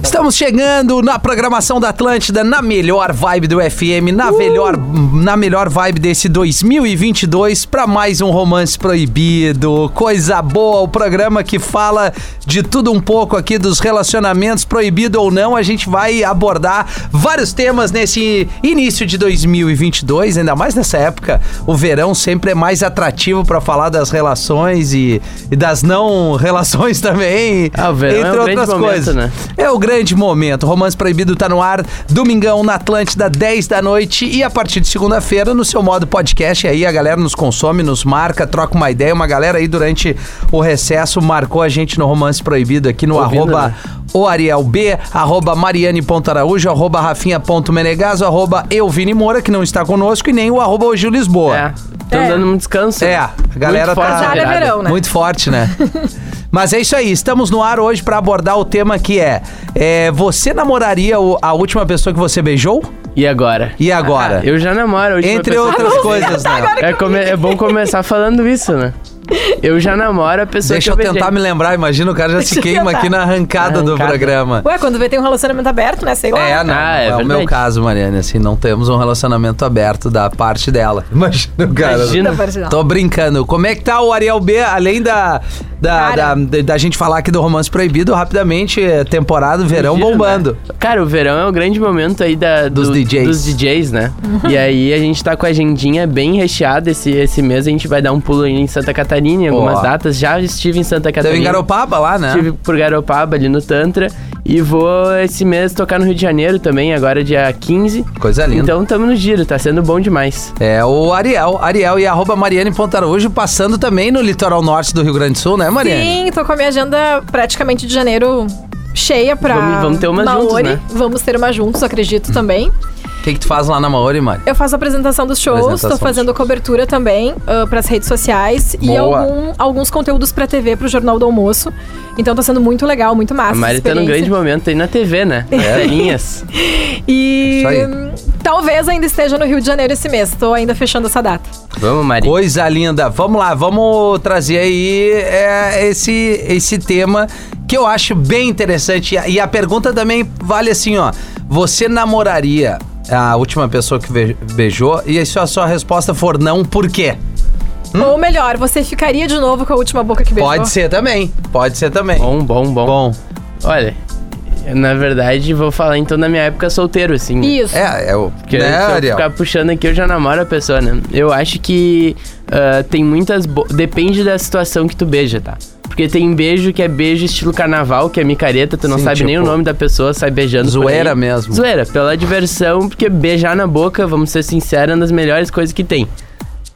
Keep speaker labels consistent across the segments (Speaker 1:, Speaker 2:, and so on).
Speaker 1: Estamos chegando na programação da Atlântida, na melhor vibe do FM,
Speaker 2: Uh!
Speaker 1: na, melhor, na melhor vibe desse 2022, para mais um Romance Proibido. Coisa boa, o programa que fala de tudo um pouco aqui dos relacionamentos, proibido ou não. A gente vai abordar vários temas nesse início de 2022, ainda mais nessa época. O verão sempre é mais atrativo para falar das relações e, e das não relações também,
Speaker 2: Ah, o verão
Speaker 1: entre
Speaker 2: é um grande
Speaker 1: outras
Speaker 2: momento,
Speaker 1: coisas.
Speaker 2: né?
Speaker 1: É o grande momento. Romance Proibido tá no ar, domingão na Atlântida, 10 da noite e a partir de segunda-feira no seu modo podcast. E aí a galera nos consome, nos marca, troca uma ideia. Uma galera aí durante o recesso marcou a gente no Romance Proibido aqui no
Speaker 2: Ouvindo,
Speaker 1: arroba
Speaker 2: né?
Speaker 1: o Ariel B, arroba mariane.araújo, arroba rafinha.menegaso, arroba Elvini Moura, que não está conosco, e nem o arroba o Gil Lisboa.
Speaker 2: É. Estão
Speaker 3: É.
Speaker 2: dando um descanso.
Speaker 1: É, a galera
Speaker 2: Muito forte
Speaker 1: tá.
Speaker 2: a
Speaker 3: Azar é
Speaker 2: virada.
Speaker 3: verão, né?
Speaker 1: Muito forte, né? Mas é isso aí, estamos no ar hoje pra abordar o tema que é, é, Você namoraria o- a última pessoa que você beijou?
Speaker 2: E agora?
Speaker 1: E agora?
Speaker 2: Ah, eu já namoro. a última
Speaker 1: Entre
Speaker 2: pessoa-
Speaker 1: outras coisas, né?
Speaker 2: É, come- é bom começar falando isso, né? Eu já namoro a pessoa
Speaker 1: Deixa eu
Speaker 2: que eu
Speaker 1: tentar me
Speaker 2: beijei.
Speaker 1: lembrar, imagina o cara já
Speaker 3: Deixa
Speaker 1: se
Speaker 3: eu
Speaker 1: queima
Speaker 3: tentar.
Speaker 1: aqui na arrancada, do
Speaker 2: Arrancada.
Speaker 1: programa.
Speaker 3: Ué, quando vê tem um relacionamento aberto, né? Sei lá.
Speaker 1: É, não,
Speaker 2: Ah, é
Speaker 1: é, o
Speaker 2: verdade.
Speaker 1: meu caso, Mariane, assim, não temos um relacionamento aberto da parte dela. Imagina o cara.
Speaker 2: Imagina.
Speaker 3: Tá
Speaker 1: Tô brincando. Como é que tá o Ariel B? Além da, da, da,
Speaker 3: Cara.
Speaker 1: da gente falar aqui do Romance Proibido, rapidamente, é, temporada, verão
Speaker 2: Imagina,
Speaker 1: bombando.
Speaker 2: né? Cara, o verão é o grande momento aí da,
Speaker 1: Dos DJs.
Speaker 2: dos DJs, né? E aí a gente tá com a agendinha bem recheada esse, esse mês. A gente vai dar um pulo aí em Santa Catarina, em algumas
Speaker 1: Ó.
Speaker 2: datas. Já estive em Santa
Speaker 1: Teve
Speaker 2: Catarina.
Speaker 1: em Garopaba lá, né?
Speaker 2: Estive por Garopaba ali no Tantra. E vou esse mês tocar no Rio de Janeiro também, agora dia 15.
Speaker 1: Coisa linda.
Speaker 2: Então tamo no giro, tá sendo bom demais.
Speaker 1: É o Ariel, Ariel e arroba Mariane Pontarujo, passando também no litoral norte do Rio Grande do Sul, né, Mariane?
Speaker 3: Sim, tô com a minha agenda praticamente de janeiro cheia pra
Speaker 2: Vamos- vamos ter uma
Speaker 3: Maori.
Speaker 2: juntos, né? Hum.
Speaker 3: Vamos ter uma juntos, acredito também.
Speaker 1: O que, que tu faz lá na Maori, Mari?
Speaker 3: Eu faço a apresentação dos shows,
Speaker 1: Apresentação
Speaker 3: tô
Speaker 1: dos
Speaker 3: fazendo
Speaker 1: shows.
Speaker 3: cobertura também ah, pras redes sociais e
Speaker 1: Boa.
Speaker 3: algum- alguns conteúdos pra TV, pro Jornal do Almoço. Então tá sendo muito legal, muito massa.
Speaker 2: A Mari
Speaker 3: essa
Speaker 2: tá num grande
Speaker 3: experiência.
Speaker 2: momento aí na TV, né? Telinhas. É
Speaker 3: E
Speaker 1: Isso aí.
Speaker 3: hum, talvez ainda esteja no Rio de Janeiro esse mês. Tô ainda fechando essa data.
Speaker 2: Vamos, Mari.
Speaker 1: Coisa linda. Vamos lá, vamos trazer aí é, esse, esse tema que eu acho bem interessante. E a, e a pergunta também vale assim, ó. Você namoraria a última pessoa que ve- beijou? E aí, se a sua resposta for não, por quê?
Speaker 2: Hum?
Speaker 3: Ou melhor, você ficaria de novo com a última boca que beijou?
Speaker 1: Pode ser também. Pode ser também.
Speaker 2: Bom, bom, bom.
Speaker 1: Bom.
Speaker 2: Olha, na verdade, vou falar então da minha época solteiro, assim.
Speaker 3: Isso.
Speaker 1: É, é o.
Speaker 2: Porque
Speaker 1: né,
Speaker 2: se eu
Speaker 1: Ariel?
Speaker 2: ficar puxando aqui, eu já namoro a pessoa, né? Eu acho que ah, tem muitas... bo- Depende da situação que tu beija, tá? Porque tem beijo que é beijo estilo carnaval, que é micareta, tu não
Speaker 1: Sim,
Speaker 2: sabe nem o
Speaker 1: tipo,
Speaker 2: nome da pessoa, sai beijando por aí.
Speaker 1: zoeira mesmo.
Speaker 2: Zoeira, pela diversão, porque beijar na boca, vamos ser sinceros, é uma das melhores coisas que tem.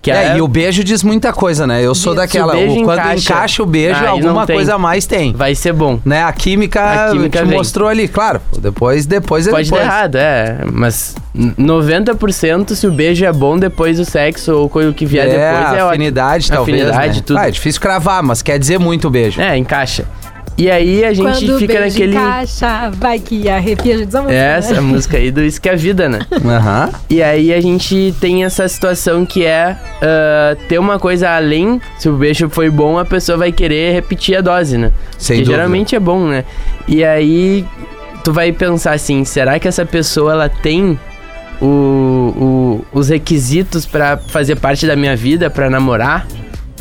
Speaker 2: Que
Speaker 1: É, e o beijo diz muita coisa, né? Eu sou
Speaker 2: Diz.
Speaker 1: daquela.
Speaker 2: Se o beijo
Speaker 1: o- quando encaixa,
Speaker 2: encaixa,
Speaker 1: o beijo,
Speaker 2: aí não
Speaker 1: alguma
Speaker 2: tem.
Speaker 1: coisa a mais tem.
Speaker 2: vai ser bom.
Speaker 1: Né? A química,
Speaker 2: A química
Speaker 1: te
Speaker 2: vem.
Speaker 1: mostrou ali, claro. Depois, depois é
Speaker 2: Pode dar
Speaker 1: depois.
Speaker 2: errado, é. Mas n- 90% se o beijo é bom depois do sexo ou co- o que vier
Speaker 1: é,
Speaker 2: depois é ótimo.
Speaker 1: afinidade, talvez.
Speaker 2: Afinidade,
Speaker 1: né?
Speaker 2: tudo.
Speaker 1: Ah, é difícil cravar, mas quer dizer muito o beijo.
Speaker 2: É, encaixa. E aí a gente
Speaker 3: Tipo, Quando
Speaker 2: fica
Speaker 3: o beijo né?
Speaker 2: naquele.
Speaker 3: encaixa, vai que arrepia, gente. Essa
Speaker 2: É, essa música aí do Isso que é a vida, né?
Speaker 1: Aham.
Speaker 2: E aí a gente tem essa situação que é ah, ter uma coisa além. Se o beijo foi bom, a pessoa vai querer repetir a dose, né?
Speaker 1: Sem
Speaker 2: que
Speaker 1: dúvida.
Speaker 2: geralmente é bom, né? E aí tu vai pensar assim, será que essa pessoa ela tem o, o- os requisitos pra fazer parte da minha vida, pra namorar?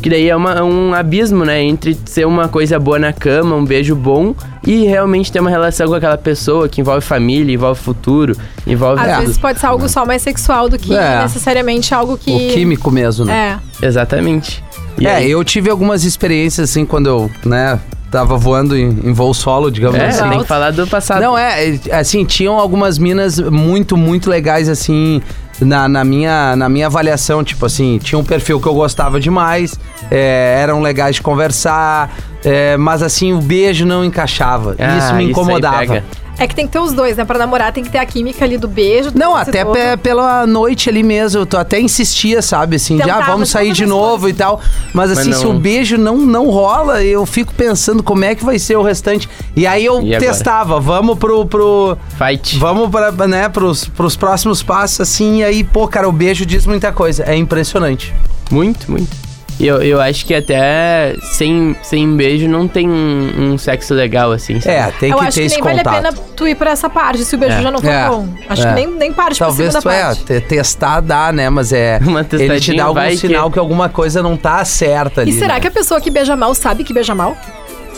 Speaker 2: Que daí é, uma- é um abismo, né? Entre ser uma coisa boa na cama, um beijo bom, e realmente ter uma relação com aquela pessoa que envolve família, envolve futuro, envolve.
Speaker 3: Às
Speaker 1: É.
Speaker 3: vezes pode ser algo só mais sexual do que
Speaker 1: É.
Speaker 3: necessariamente algo que.
Speaker 1: O químico mesmo, né?
Speaker 3: É.
Speaker 2: Exatamente. E
Speaker 1: é,
Speaker 2: aí-
Speaker 1: eu tive algumas experiências assim quando eu, né, tava voando em, em voo solo, digamos
Speaker 2: É,
Speaker 1: assim.
Speaker 2: tem que falar do passado.
Speaker 1: Não, é, é, assim, tinham algumas minas muito, muito legais, assim, na, na minha, na minha avaliação, tipo assim, tinha um perfil que eu gostava demais, é, eram legais de conversar, é, mas assim, o beijo não encaixava.
Speaker 2: Ah,
Speaker 1: isso me
Speaker 2: aí
Speaker 1: incomodava.
Speaker 2: pega.
Speaker 3: É que tem que ter os dois, né? Pra namorar tem que ter a química ali do beijo. do
Speaker 1: Não,
Speaker 3: lance
Speaker 1: até
Speaker 3: todo.
Speaker 1: pe- pela noite ali mesmo, tu até insistia, sabe, assim, já
Speaker 3: Tentava
Speaker 1: vamos sair
Speaker 3: todas
Speaker 1: de
Speaker 3: as
Speaker 1: novo e tal. Mas assim,
Speaker 2: não.
Speaker 1: se o beijo não, não rola, eu fico pensando como é que vai ser o restante. E aí eu
Speaker 2: E agora?
Speaker 1: testava, vamos pro. pro
Speaker 2: Fight.
Speaker 1: vamos para né, pros, pros próximos passos, assim, e aí, pô, cara, o beijo diz muita coisa. É impressionante.
Speaker 2: Muito, muito. E Eu, eu acho que até sem, sem beijo não tem um, um sexo legal, assim. sabe?
Speaker 1: É, tem
Speaker 3: Eu
Speaker 1: que
Speaker 3: acho
Speaker 1: ter
Speaker 3: que
Speaker 1: esse
Speaker 3: nem
Speaker 1: contato.
Speaker 3: vale a pena tu ir pra essa parte se o beijo
Speaker 2: É.
Speaker 3: já não for
Speaker 1: É.
Speaker 3: bom. Acho
Speaker 1: É.
Speaker 3: que nem, nem parte
Speaker 1: Talvez
Speaker 3: pra
Speaker 1: tu
Speaker 3: segunda
Speaker 1: é,
Speaker 3: parte.
Speaker 1: te- testar dá, né? Mas é.
Speaker 2: Uma
Speaker 1: ele te
Speaker 2: testadinha
Speaker 1: dá algum
Speaker 2: vai que-
Speaker 1: sinal que... alguma coisa não tá certa ali.
Speaker 3: E será
Speaker 1: né?
Speaker 3: que a pessoa que beija mal sabe que beija mal?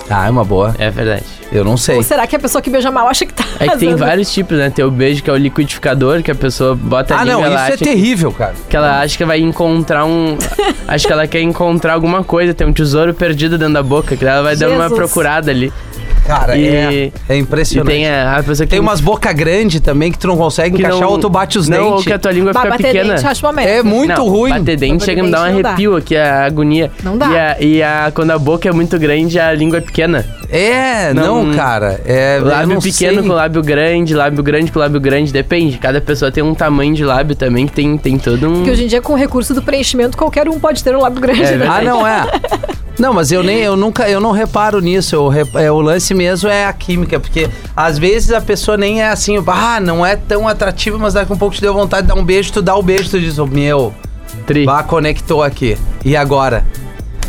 Speaker 1: Ah, é uma boa.
Speaker 2: É verdade.
Speaker 1: Eu não sei.
Speaker 3: Ou será que a pessoa que beija mal acha que tá
Speaker 2: É que tem
Speaker 3: arrasando?
Speaker 2: vários tipos, né? Tem o beijo, que é o liquidificador, que a pessoa bota
Speaker 1: Ah,
Speaker 2: a língua,
Speaker 1: não, isso
Speaker 2: ela
Speaker 1: é
Speaker 2: acha
Speaker 1: terrível, cara.
Speaker 2: Tá que ela acha que vai encontrar um... acho que ela quer encontrar alguma coisa, tem um tesouro perdido dentro da boca, que ela vai dando uma
Speaker 3: Jesus.
Speaker 2: procurada ali.
Speaker 1: Cara,
Speaker 2: E-
Speaker 1: é, é
Speaker 2: E
Speaker 1: impressionante.
Speaker 2: tem ah,
Speaker 1: tem,
Speaker 2: a, a pessoa que...
Speaker 1: umas boca grande também que tu não consegue
Speaker 2: que
Speaker 1: encaixar ou tu bate os
Speaker 2: não,
Speaker 1: dentes.
Speaker 2: ou que a tua língua
Speaker 3: Bah,
Speaker 2: fica
Speaker 3: bater
Speaker 2: pequena.
Speaker 3: dente, acho uma merda.
Speaker 1: É muito
Speaker 2: não,
Speaker 1: ruim.
Speaker 2: Bater dente
Speaker 3: Bater
Speaker 2: chega a me dar um
Speaker 3: dente não dá.
Speaker 2: arrepio aqui, a agonia.
Speaker 3: Não dá.
Speaker 2: E, a, e a- quando a boca é muito grande, a língua é pequena.
Speaker 1: É, não,
Speaker 2: Não, um
Speaker 1: cara. É, eu
Speaker 2: Lábio
Speaker 1: não
Speaker 2: pequeno
Speaker 1: sei.
Speaker 2: com lábio grande, lábio grande com lábio grande, depende. Cada pessoa tem um tamanho de lábio também, que tem, tem todo um.
Speaker 3: Porque hoje em dia, com o recurso do preenchimento, qualquer um pode ter um lábio grande.
Speaker 2: É,
Speaker 3: né?
Speaker 1: Ah, não é. Não, mas eu nem, eu nunca, eu não reparo nisso. Eu rep- é, o lance mesmo é a química, porque às vezes a pessoa nem é assim, ah, não é tão atrativa, mas daqui a um pouco te deu vontade de dar um beijo, tu dá o beijo, tu diz, "Ô, meu,
Speaker 2: Tri.
Speaker 1: vá, conectou aqui. E agora?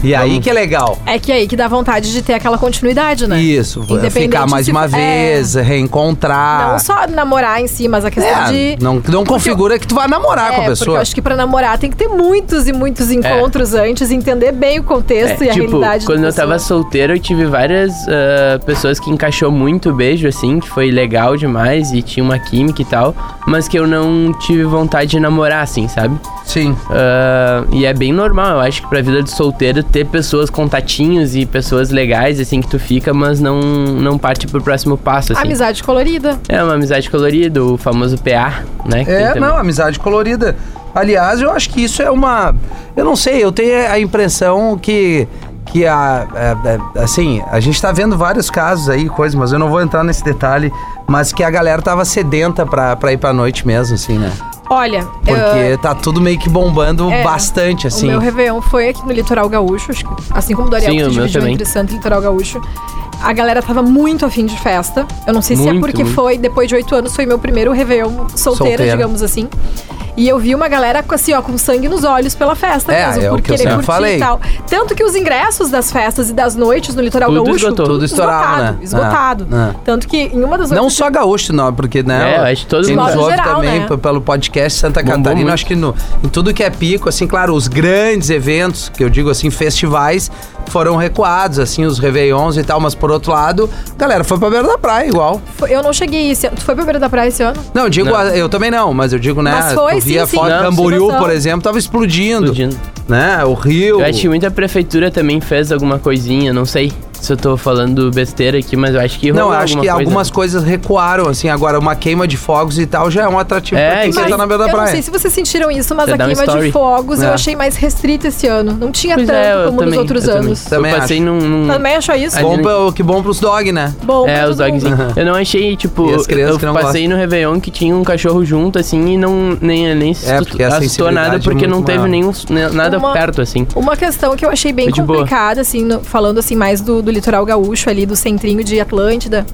Speaker 1: E aí
Speaker 2: Vamos.
Speaker 1: que é legal.
Speaker 3: É que aí que dá vontade de ter aquela continuidade, né?
Speaker 1: Isso,
Speaker 3: Independente
Speaker 1: ficar mais
Speaker 3: se-
Speaker 1: uma
Speaker 3: é,
Speaker 1: vez, reencontrar.
Speaker 3: Não só namorar em si, mas a questão
Speaker 1: Ah. É,
Speaker 3: de.
Speaker 1: não, não configura que tu vai namorar com a
Speaker 3: É, porque eu
Speaker 1: pessoa.
Speaker 3: acho que pra namorar tem que ter muitos e muitos encontros antes, entender bem o contexto e a
Speaker 2: tipo,
Speaker 3: realidade
Speaker 2: quando
Speaker 3: da
Speaker 2: eu tava
Speaker 3: pessoa.
Speaker 2: solteiro, eu tive várias ah, pessoas que encaixou muito o beijo, assim, que foi legal demais e tinha uma química e tal, mas que eu não tive vontade de namorar, assim, sabe?
Speaker 1: Sim.
Speaker 2: Ah, e é bem normal, eu acho que pra vida de solteiro ter pessoas, contatinhos e pessoas legais, assim, que tu fica, mas não, não parte pro próximo passo, assim.
Speaker 3: Amizade colorida.
Speaker 2: É uma amizade colorida, o famoso PA, né? que tem
Speaker 1: É,
Speaker 2: também.
Speaker 1: não, amizade colorida. Aliás, eu acho que isso é uma. Eu não sei, eu tenho a impressão que. Que a, a- a- Assim, a gente tá vendo vários casos aí, coisas, mas eu não vou entrar nesse detalhe. Mas que a galera tava sedenta pra, pra ir pra noite mesmo, assim, né?
Speaker 3: Olha,
Speaker 1: Porque
Speaker 3: eu-
Speaker 1: tá tudo meio que bombando
Speaker 3: É,
Speaker 1: bastante,
Speaker 3: o
Speaker 1: assim.
Speaker 3: meu Réveillon foi aqui no Litoral Gaúcho, acho que- assim como o do Ariel,
Speaker 2: Sim,
Speaker 3: que
Speaker 2: o
Speaker 3: se
Speaker 2: meu
Speaker 3: dividiu
Speaker 2: também.
Speaker 3: entre Santo e Litoral Gaúcho. A galera tava muito afim de festa. Eu não sei se é
Speaker 2: Muito,
Speaker 3: porque
Speaker 2: muito.
Speaker 3: foi, depois de oito anos, foi meu primeiro Réveillon solteira,
Speaker 1: Solteira.
Speaker 3: digamos assim. E eu vi uma galera com, assim, ó, com sangue nos olhos pela festa
Speaker 1: É,
Speaker 3: mesmo,
Speaker 1: é o
Speaker 3: por
Speaker 1: que eu
Speaker 3: querer
Speaker 1: sempre
Speaker 3: curtir
Speaker 1: falei.
Speaker 3: e tal. Tanto que os ingressos das festas e das noites no Litoral
Speaker 2: Tudo
Speaker 3: Gaúcho...
Speaker 2: esgotou.
Speaker 1: Tudo estourado,
Speaker 3: esgotado,
Speaker 1: né?
Speaker 3: Esgotado.
Speaker 1: É, é.
Speaker 3: Tanto que em uma das
Speaker 1: Não
Speaker 3: noites-
Speaker 1: só gaúcho, não, porque, né?
Speaker 2: É, eu acho que todo
Speaker 1: quem
Speaker 2: mundo.
Speaker 1: nos ouve
Speaker 3: Geral,
Speaker 1: também
Speaker 3: né?
Speaker 1: p- pelo podcast Santa
Speaker 2: Bombou
Speaker 1: Catarina,
Speaker 2: muito.
Speaker 1: acho que no, em tudo que é pico, assim, claro, os grandes eventos, que eu digo assim, festivais, foram recuados, assim, os Réveillons e tal, mas por outro lado, a galera foi pra beira da praia igual.
Speaker 3: Foi- Eu não cheguei esse ano. Tu foi pra Beira da Praia esse ano?
Speaker 1: Não, eu digo,
Speaker 2: Não.
Speaker 1: a- eu também não, mas eu digo, né?
Speaker 3: Mas foi,
Speaker 1: tu via
Speaker 3: sim,
Speaker 1: foto
Speaker 3: sim.
Speaker 1: de
Speaker 2: Não,
Speaker 1: Camboriú,
Speaker 3: sim, sim.
Speaker 1: por exemplo, tava explodindo,
Speaker 2: Explodindo.
Speaker 1: né? O Rio.
Speaker 2: Eu acho que muita prefeitura também fez alguma coisinha, não sei se eu tô falando besteira aqui, mas eu acho que
Speaker 1: Não,
Speaker 2: rolou
Speaker 1: eu acho
Speaker 2: alguma
Speaker 1: que
Speaker 2: coisa.
Speaker 1: algumas coisas recuaram, assim, agora uma queima de fogos e tal já é um atrativo
Speaker 2: É,
Speaker 1: pra quem
Speaker 2: isso
Speaker 1: senta
Speaker 2: aí.
Speaker 1: na beira da
Speaker 3: eu não
Speaker 1: praia.
Speaker 3: sei se vocês sentiram isso, mas
Speaker 2: Vai
Speaker 3: a
Speaker 2: dar um
Speaker 3: queima
Speaker 2: story.
Speaker 3: de fogos eu
Speaker 1: É.
Speaker 3: achei mais restrita esse ano. Não tinha
Speaker 2: Pois
Speaker 3: tanto
Speaker 2: é, eu
Speaker 3: como
Speaker 2: também,
Speaker 3: nos outros
Speaker 2: eu
Speaker 3: anos.
Speaker 2: Também, eu
Speaker 1: Também
Speaker 2: passei
Speaker 1: acho.
Speaker 2: num... num-
Speaker 3: Também achou isso?
Speaker 2: Ali
Speaker 1: Bom, pra- que bom pros dog, né?
Speaker 3: Bom, pra
Speaker 2: É,
Speaker 3: todo
Speaker 2: os dogzinhos.
Speaker 3: mundo.
Speaker 2: Eu não achei, tipo,
Speaker 1: E as crianças
Speaker 2: eu
Speaker 1: que não
Speaker 2: passei no Réveillon que tinha um cachorro junto, assim, e não nem, nem se
Speaker 1: É, porque a
Speaker 2: assustou
Speaker 1: sensibilidade
Speaker 2: nada,
Speaker 1: é
Speaker 2: porque
Speaker 1: muito
Speaker 2: não teve
Speaker 1: maior.
Speaker 2: nenhum, né, nada
Speaker 3: Uma-
Speaker 2: perto, assim.
Speaker 3: Uma questão que eu achei bem
Speaker 2: Foi É de boa.
Speaker 3: complicada, assim, no- falando assim mais do, do litoral gaúcho ali, do centrinho de Atlântida,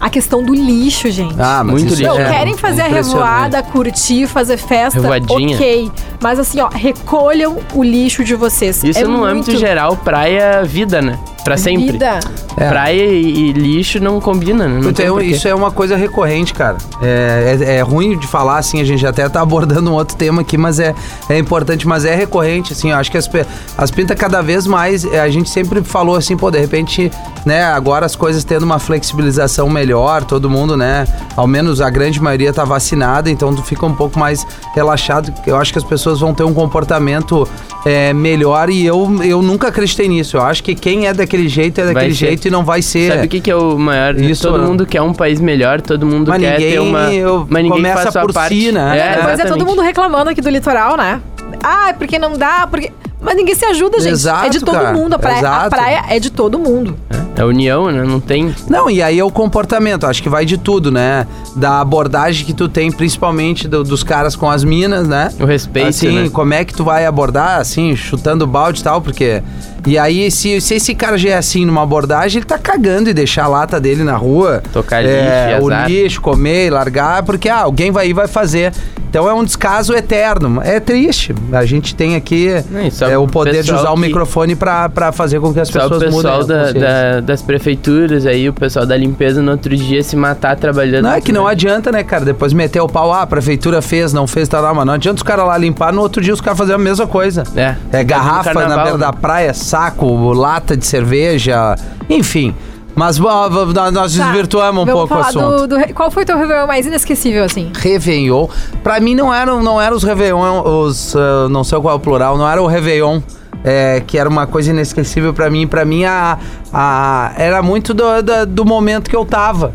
Speaker 3: a questão do lixo, gente.
Speaker 1: Ah, mas
Speaker 2: Muito
Speaker 1: isso
Speaker 2: lixo.
Speaker 3: Não,
Speaker 1: é
Speaker 3: querem fazer a
Speaker 1: impressionante.
Speaker 3: revoada, curtir, fazer festa,
Speaker 2: Revoadinha.
Speaker 3: ok. Mas assim, ó, recolham o lixo de vocês.
Speaker 2: Isso
Speaker 3: é
Speaker 2: no
Speaker 3: muito
Speaker 2: âmbito geral, praia, vida, né? Pra sempre.
Speaker 3: Vida.
Speaker 1: É.
Speaker 2: Praia e, e lixo não combina, né? Não tem
Speaker 1: Então,
Speaker 2: porquê.
Speaker 1: isso é uma coisa recorrente, cara. É, é- é ruim de falar, assim, a gente até tá abordando um outro tema aqui, mas é, é importante, mas é recorrente, assim, eu acho que as, pe- as pintas cada vez mais, é, a gente sempre falou assim, pô, de repente, né, agora as coisas tendo uma flexibilização melhor, todo mundo, né, ao menos a grande maioria tá vacinada, então tu fica um pouco mais relaxado, eu acho que as pessoas vão ter um comportamento é, melhor e eu, eu nunca acreditei nisso, eu acho que quem é daquele jeito é daquele
Speaker 2: ser.
Speaker 1: jeito e não vai ser...
Speaker 2: Sabe o que, que é o maior?
Speaker 1: Isso,
Speaker 2: todo
Speaker 1: né?
Speaker 2: mundo quer um país melhor, todo mundo
Speaker 1: Mas
Speaker 2: quer
Speaker 1: ninguém-
Speaker 2: ter uma.
Speaker 1: eu-
Speaker 2: mas ninguém
Speaker 1: começa
Speaker 2: faz sua
Speaker 1: por
Speaker 2: parte.
Speaker 1: si, né?
Speaker 3: Mas é todo
Speaker 2: exatamente.
Speaker 3: mundo reclamando aqui do litoral, né? Ah, é porque não dá, porque. Mas ninguém se ajuda, gente.
Speaker 1: Exato,
Speaker 3: é de todo
Speaker 1: cara.
Speaker 3: mundo. A praia, a
Speaker 1: Exato.
Speaker 3: praia é de todo mundo.
Speaker 2: É união, né? Não tem.
Speaker 1: Não, e aí é o comportamento, acho que vai de tudo, né? Da abordagem que tu tem, principalmente do- dos caras com as minas, né?
Speaker 2: O respeito,
Speaker 1: Assim,
Speaker 2: né?
Speaker 1: como é que tu vai abordar, assim, chutando balde e tal, porque... E aí, se, se esse cara já é assim numa abordagem, ele tá cagando e deixar a lata dele na rua.
Speaker 2: Tocar
Speaker 1: é,
Speaker 2: lixo e
Speaker 1: o
Speaker 2: azar.
Speaker 1: lixo, comer e largar, porque ah, alguém vai ir e vai fazer. Então é um descaso eterno. É triste. A gente tem aqui
Speaker 2: Não, e só
Speaker 1: é, o
Speaker 2: o
Speaker 1: poder de
Speaker 2: pessoal
Speaker 1: usar o
Speaker 2: que-
Speaker 1: microfone pra pra fazer com que as
Speaker 2: Só o
Speaker 1: pessoas mudem.
Speaker 2: pessoal
Speaker 1: a
Speaker 2: da-
Speaker 1: consciência.
Speaker 2: da- das prefeituras aí, o pessoal da limpeza no outro dia se matar trabalhando.
Speaker 1: Não, é que não adianta, né, cara? Depois meter o pau, ah, a prefeitura fez, não fez, tá lá, mas não adianta os caras lá limpar, no outro dia os caras fazem a mesma coisa.
Speaker 2: É.
Speaker 1: É garrafa
Speaker 2: Carnaval,
Speaker 1: na beira
Speaker 2: né?
Speaker 1: da praia, saco, lata de cerveja, enfim. Mas ó, v- nós- nós
Speaker 3: Tá,
Speaker 1: desvirtuamos um
Speaker 3: vamos
Speaker 1: pouco o
Speaker 3: falar
Speaker 1: assunto.
Speaker 3: do- do re- qual foi o teu Réveillon mais inesquecível, assim?
Speaker 1: Réveillon. Pra mim não eram, não eram os Réveillon, os, ah, não sei qual é o plural, não era o Réveillon. é, que era uma coisa inesquecível pra mim. Pra mim, a, a- era muito do, da- do momento que eu tava.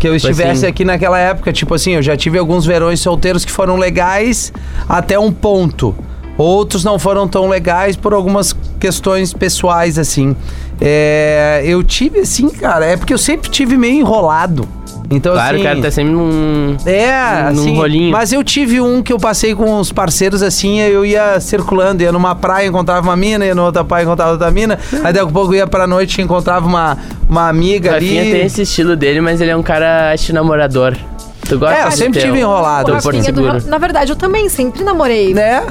Speaker 1: Que eu estivesse
Speaker 2: assim.
Speaker 1: aqui naquela época. Tipo assim, eu já tive alguns verões solteiros que foram legais até um ponto. Outros não foram tão legais por algumas questões pessoais, assim. É, eu tive, assim, cara, é porque eu sempre tive meio enrolado. Então,
Speaker 2: Claro,
Speaker 1: assim,
Speaker 2: o cara tá sempre num.
Speaker 1: é,
Speaker 2: Num
Speaker 1: assim,
Speaker 2: rolinho.
Speaker 1: Mas eu tive um que eu passei com uns parceiros assim, eu ia circulando, ia numa praia, encontrava uma mina, ia numa outra praia, encontrava outra mina.
Speaker 2: É.
Speaker 1: Aí daqui a pouco eu ia pra noite, encontrava uma, uma
Speaker 2: O
Speaker 1: amiga
Speaker 2: Rafinha
Speaker 1: ali.
Speaker 2: tem esse estilo dele, mas ele é um cara acho namorador. Tu gosta
Speaker 1: É, eu
Speaker 2: de
Speaker 1: sempre
Speaker 2: ter
Speaker 1: tive
Speaker 2: um-
Speaker 1: enrolado.
Speaker 2: Tô
Speaker 3: O
Speaker 1: assim.
Speaker 2: por
Speaker 3: Rafinha do-
Speaker 2: seguro.
Speaker 3: na verdade, eu também sempre namorei.
Speaker 1: Né?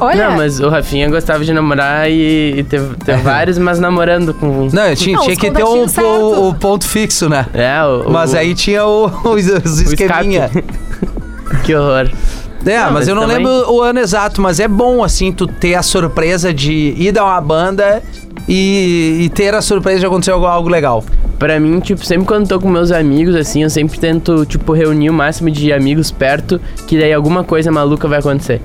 Speaker 3: Olha,
Speaker 2: Não, mas o Rafinha gostava de namorar e, e ter, ter vários, mas namorando com.
Speaker 1: Não, eu tinha,
Speaker 3: Não,
Speaker 1: tinha
Speaker 3: os
Speaker 1: que ter o,
Speaker 3: contatinhos certo.
Speaker 1: o, o ponto fixo, né?
Speaker 2: É, o, o-
Speaker 1: Mas aí tinha o, os, os
Speaker 2: o escape.
Speaker 1: esqueminha.
Speaker 2: que horror.
Speaker 1: É, mas,
Speaker 2: mas
Speaker 1: eu não
Speaker 2: também-
Speaker 1: lembro o ano exato, mas é bom, assim, tu ter a surpresa de ir dar uma banda e, e ter a surpresa de acontecer algo, algo legal.
Speaker 2: Pra mim, tipo, sempre quando tô com meus amigos, assim, eu sempre tento, tipo, reunir o máximo de amigos perto, que daí alguma coisa maluca vai acontecer.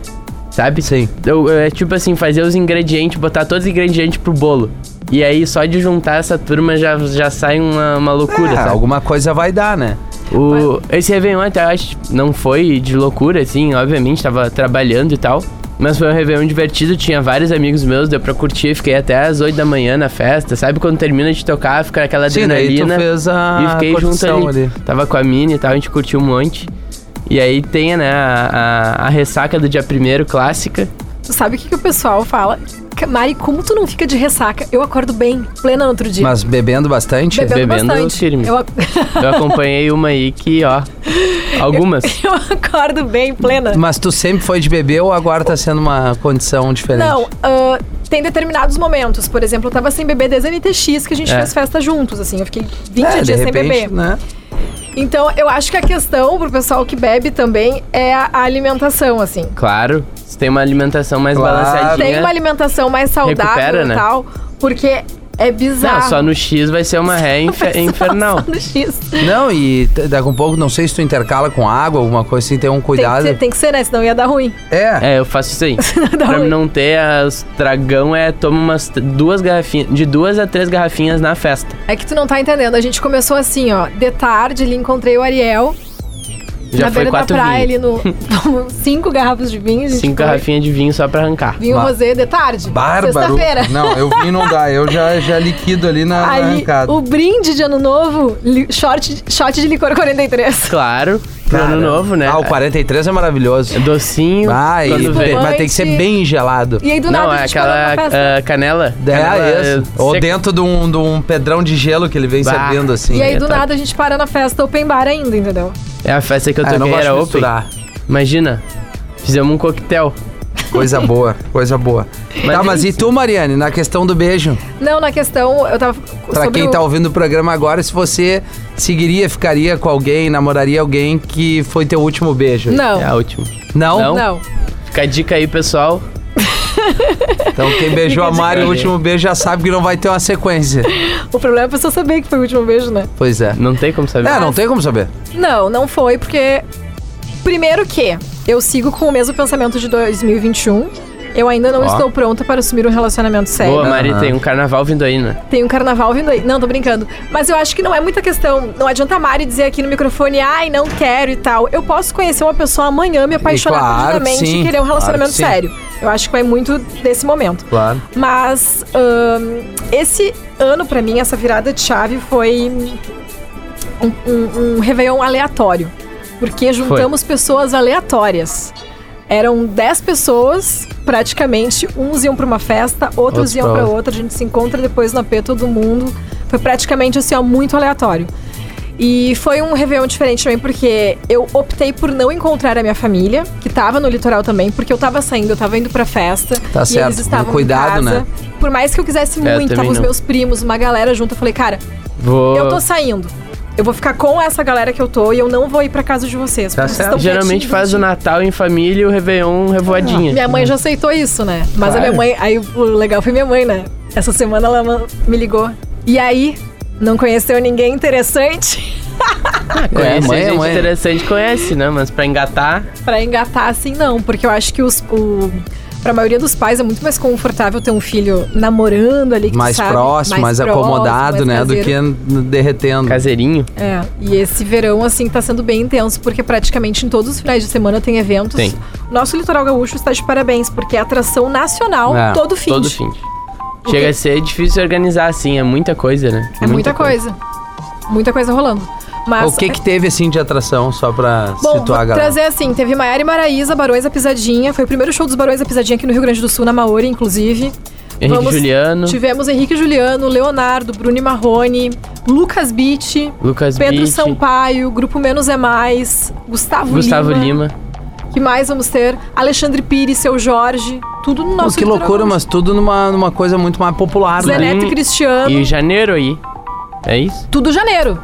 Speaker 2: Sabe?
Speaker 1: Sim.
Speaker 2: Eu, eu- é tipo assim, fazer os ingredientes, botar todos os ingredientes pro bolo. E aí, só de juntar essa turma já, já sai uma, uma loucura,
Speaker 1: É,
Speaker 2: sabe?
Speaker 1: alguma coisa vai dar, né?
Speaker 2: O, esse Réveillon até eu acho que não foi de loucura, assim, obviamente, tava trabalhando e tal. Mas foi um Réveillon divertido, tinha vários amigos meus, deu pra curtir, fiquei até às 8 da manhã na festa, sabe? Quando termina de tocar, fica aquela
Speaker 1: Sim, daí tu
Speaker 2: adrenalina.
Speaker 1: fez a
Speaker 2: e fiquei junto
Speaker 1: curtição
Speaker 2: ali.
Speaker 1: ali.
Speaker 2: Tava com a Mini e tal, a gente curtiu um monte. E aí tem, né, a, a- a ressaca do dia primeiro clássica.
Speaker 3: tu sabe o que, que o pessoal fala? Que- Mari, como tu não fica de ressaca? Eu acordo bem, plena no outro dia.
Speaker 1: Mas bebendo bastante?
Speaker 3: bebendo,
Speaker 2: bebendo
Speaker 3: bastante.
Speaker 2: firme.
Speaker 3: Eu, ac-
Speaker 2: Eu acompanhei uma aí que, ó, algumas.
Speaker 3: eu acordo bem, plena.
Speaker 1: Mas tu sempre foi de beber ou agora tá sendo uma condição diferente?
Speaker 3: Não, ah, tem determinados momentos. Por exemplo, eu tava sem beber desde a NTX, que a gente
Speaker 2: É.
Speaker 3: fez festa juntos, assim. Eu fiquei 20
Speaker 1: é, de
Speaker 3: dias sem
Speaker 1: repente,
Speaker 3: beber.
Speaker 1: né?
Speaker 3: Então, eu acho que a questão pro pessoal que bebe também é a a alimentação, assim.
Speaker 2: Claro, se tem uma alimentação mais
Speaker 1: Claro.
Speaker 2: balanceadinha.
Speaker 3: Tem uma alimentação mais saudável
Speaker 2: Recupera,
Speaker 3: e
Speaker 2: né?
Speaker 3: tal, porque é
Speaker 2: Não,
Speaker 3: bizarro.
Speaker 2: só no X vai ser uma ré infer- infernal.
Speaker 3: Só no X.
Speaker 1: Não, e t- daqui a pouco, não sei se tu intercala com água, alguma coisa assim, tem um
Speaker 3: Tem que,
Speaker 1: cuidado.
Speaker 3: ser, tem que ser, né? Senão ia dar ruim.
Speaker 1: É.
Speaker 2: É, eu faço isso aí.
Speaker 3: Dá
Speaker 2: pra
Speaker 3: ruim.
Speaker 2: não ter as dragão é toma umas t- duas garrafinhas, de duas a três garrafinhas na festa.
Speaker 3: É que tu não tá entendendo. A gente começou assim, ó. De tarde, ali encontrei o Ariel.
Speaker 2: Já
Speaker 3: na
Speaker 2: foi
Speaker 3: beira da
Speaker 2: quatro
Speaker 3: praia,
Speaker 2: vinhos.
Speaker 3: ali no... Tomamos cinco garrafas de vinho. A gente
Speaker 2: Cinco
Speaker 3: foi-
Speaker 2: garrafinhas de vinho só pra arrancar.
Speaker 3: Vinho
Speaker 1: Ba-
Speaker 3: rosé de tarde.
Speaker 1: Bárbaro.
Speaker 3: Sexta-feira.
Speaker 1: Não, eu vim não dá, eu já, já liquido ali na, na
Speaker 3: Aí,
Speaker 1: arrancada.
Speaker 3: o brinde de ano novo, li, short, shot de licor 43.
Speaker 2: Claro, pro
Speaker 1: Cara,
Speaker 2: ano novo, né?
Speaker 1: Ah, o 43 é maravilhoso.
Speaker 2: Docinho.
Speaker 1: Ah, e-
Speaker 2: quando vem.
Speaker 3: Espumante.
Speaker 1: mas tem que ser bem gelado.
Speaker 3: E aí, do
Speaker 2: Não,
Speaker 3: nada, a
Speaker 2: é
Speaker 3: gente parou
Speaker 2: aquela
Speaker 3: numa festa.
Speaker 2: ah, canela.
Speaker 1: É,
Speaker 2: canela
Speaker 1: isso.
Speaker 2: ah,
Speaker 1: Ou
Speaker 2: seca.
Speaker 1: dentro de um, de um pedrão de gelo que ele vem
Speaker 2: Bah.
Speaker 1: servindo, assim.
Speaker 3: E aí, do
Speaker 2: tá.
Speaker 3: nada, a gente para na festa open bar ainda, entendeu?
Speaker 2: É a festa que eu
Speaker 1: Ah, eu não
Speaker 2: toquei,
Speaker 1: gosto de
Speaker 2: era open.
Speaker 1: misturar.
Speaker 2: Imagina, fizemos um coquetel.
Speaker 1: Coisa boa, coisa boa.
Speaker 2: é
Speaker 1: tá, mas e tu, Mariane, na questão do beijo?
Speaker 3: Não, na questão, eu tava.
Speaker 1: Pra
Speaker 3: sobre
Speaker 1: quem
Speaker 3: o-
Speaker 1: tá ouvindo o programa agora, se você seguiria, ficaria com alguém, namoraria alguém que foi teu último beijo.
Speaker 3: Não.
Speaker 2: É a última.
Speaker 1: Não?
Speaker 2: Não.
Speaker 3: Não.
Speaker 2: Fica a dica aí, pessoal.
Speaker 1: Então quem beijou a Mari, o último beijo, já sabe que não vai ter uma sequência.
Speaker 3: O problema é a pessoa saber que foi o último beijo, né?
Speaker 1: Pois é.
Speaker 2: Não tem como saber.
Speaker 1: É, não tem como saber.
Speaker 3: Não, não foi, porque. Primeiro que eu sigo com o mesmo pensamento de 2021. Eu ainda não
Speaker 1: Ó.
Speaker 3: estou pronta para assumir um relacionamento sério.
Speaker 2: Boa, Mari,
Speaker 1: né? Aham.
Speaker 2: tem um carnaval vindo aí, né?
Speaker 3: Tem um carnaval vindo aí. Não, tô brincando. Mas eu acho que não é muita questão. Não adianta a Mari dizer aqui no microfone, ai, não quero e tal. Eu posso conhecer uma pessoa amanhã, me apaixonar
Speaker 1: claro que
Speaker 3: perdidamente
Speaker 1: sim,
Speaker 3: e querer um
Speaker 1: claro
Speaker 3: relacionamento
Speaker 1: que sim.
Speaker 3: sério. Eu acho que vai muito desse momento.
Speaker 2: Claro.
Speaker 3: Mas ahn, esse ano, pra mim, essa virada de chave foi um, um, um Réveillon aleatório. Porque juntamos pessoas aleatórias. Eram 10 pessoas, praticamente. Uns iam pra uma festa, outros,
Speaker 2: Outros
Speaker 3: iam
Speaker 2: pra
Speaker 3: pra
Speaker 2: outra.
Speaker 3: outra. A gente se encontra depois no AP todo mundo. Foi praticamente assim, ó, muito aleatório. E foi um Réveillon diferente também, porque eu optei por não encontrar a minha família, que tava no litoral também, porque eu tava saindo, eu tava indo pra festa.
Speaker 1: Tá
Speaker 3: e
Speaker 1: certo,
Speaker 3: eles estavam
Speaker 1: cuidado,
Speaker 3: em casa.
Speaker 1: né?
Speaker 3: Por mais que eu quisesse
Speaker 2: É, eu
Speaker 3: muito,
Speaker 2: também
Speaker 3: tava os
Speaker 2: não.
Speaker 3: meus primos, uma galera junto, eu falei, cara,
Speaker 2: Vou.
Speaker 3: eu tô saindo. Eu vou ficar com essa galera que eu tô e eu não vou ir pra casa de vocês.
Speaker 1: Tá
Speaker 3: porque vocês
Speaker 1: certo.
Speaker 3: estão
Speaker 2: Geralmente
Speaker 3: quietinhos,
Speaker 2: faz o Natal em família e o Réveillon revoadinha.
Speaker 3: Ah, minha mãe já aceitou isso, né? Mas a
Speaker 2: Claro.
Speaker 3: minha mãe. Aí o legal foi minha mãe, né? Essa semana ela ma- me ligou. E aí? Não conheceu ninguém interessante?
Speaker 2: conhece.
Speaker 1: É, mãe,
Speaker 2: a gente
Speaker 1: mãe.
Speaker 2: interessante conhece, né? Mas pra engatar,
Speaker 3: Pra engatar assim, não. Porque eu acho que os. O, pra maioria dos pais é muito mais confortável ter um filho namorando ali, que tu
Speaker 1: Mais
Speaker 3: sabe,
Speaker 1: próximo, mais,
Speaker 3: próximo,
Speaker 1: acomodado,
Speaker 3: mais
Speaker 1: né? Do
Speaker 3: caseiro.
Speaker 1: que n- derretendo.
Speaker 2: caseirinho.
Speaker 3: É, e esse verão, assim, tá sendo bem intenso, porque praticamente em todos os finais de semana tem eventos.
Speaker 2: Tem.
Speaker 3: Nosso litoral gaúcho está de parabéns, porque é atração nacional
Speaker 1: É,
Speaker 3: todo fim.
Speaker 2: Todo fim. Chega a ser difícil organizar assim, é muita coisa, né?
Speaker 3: É muita, coisa. Muita coisa rolando. Mas. é
Speaker 1: O que que teve, assim, de atração, só pra
Speaker 3: Bom,
Speaker 1: situar a
Speaker 3: vou
Speaker 1: galera?
Speaker 3: trazer assim, teve Maiara e Maraísa, Barões da Pisadinha. Foi o primeiro show dos Barões da Pisadinha aqui no Rio Grande do Sul, na Maori, inclusive.
Speaker 2: Henrique
Speaker 3: Vamos-
Speaker 2: Juliano,
Speaker 3: Tivemos Henrique Juliano, Leonardo, Bruni Marrone, Lucas Beach,
Speaker 2: Lucas
Speaker 3: Pedro
Speaker 2: Beach,
Speaker 3: Sampaio, Grupo Menos é Mais, Gustavo,
Speaker 2: Gustavo Lima.
Speaker 3: Que mais vamos ter? Alexandre Pires, seu Jorge, tudo no
Speaker 1: Pô,
Speaker 3: nosso é
Speaker 1: que
Speaker 3: litoral
Speaker 1: loucura,
Speaker 3: gaúcho.
Speaker 1: mas tudo numa, numa coisa muito mais popular,
Speaker 3: Zé
Speaker 1: né?
Speaker 3: Neto e Cristiano,
Speaker 2: E janeiro aí. É isso?
Speaker 3: tudo janeiro.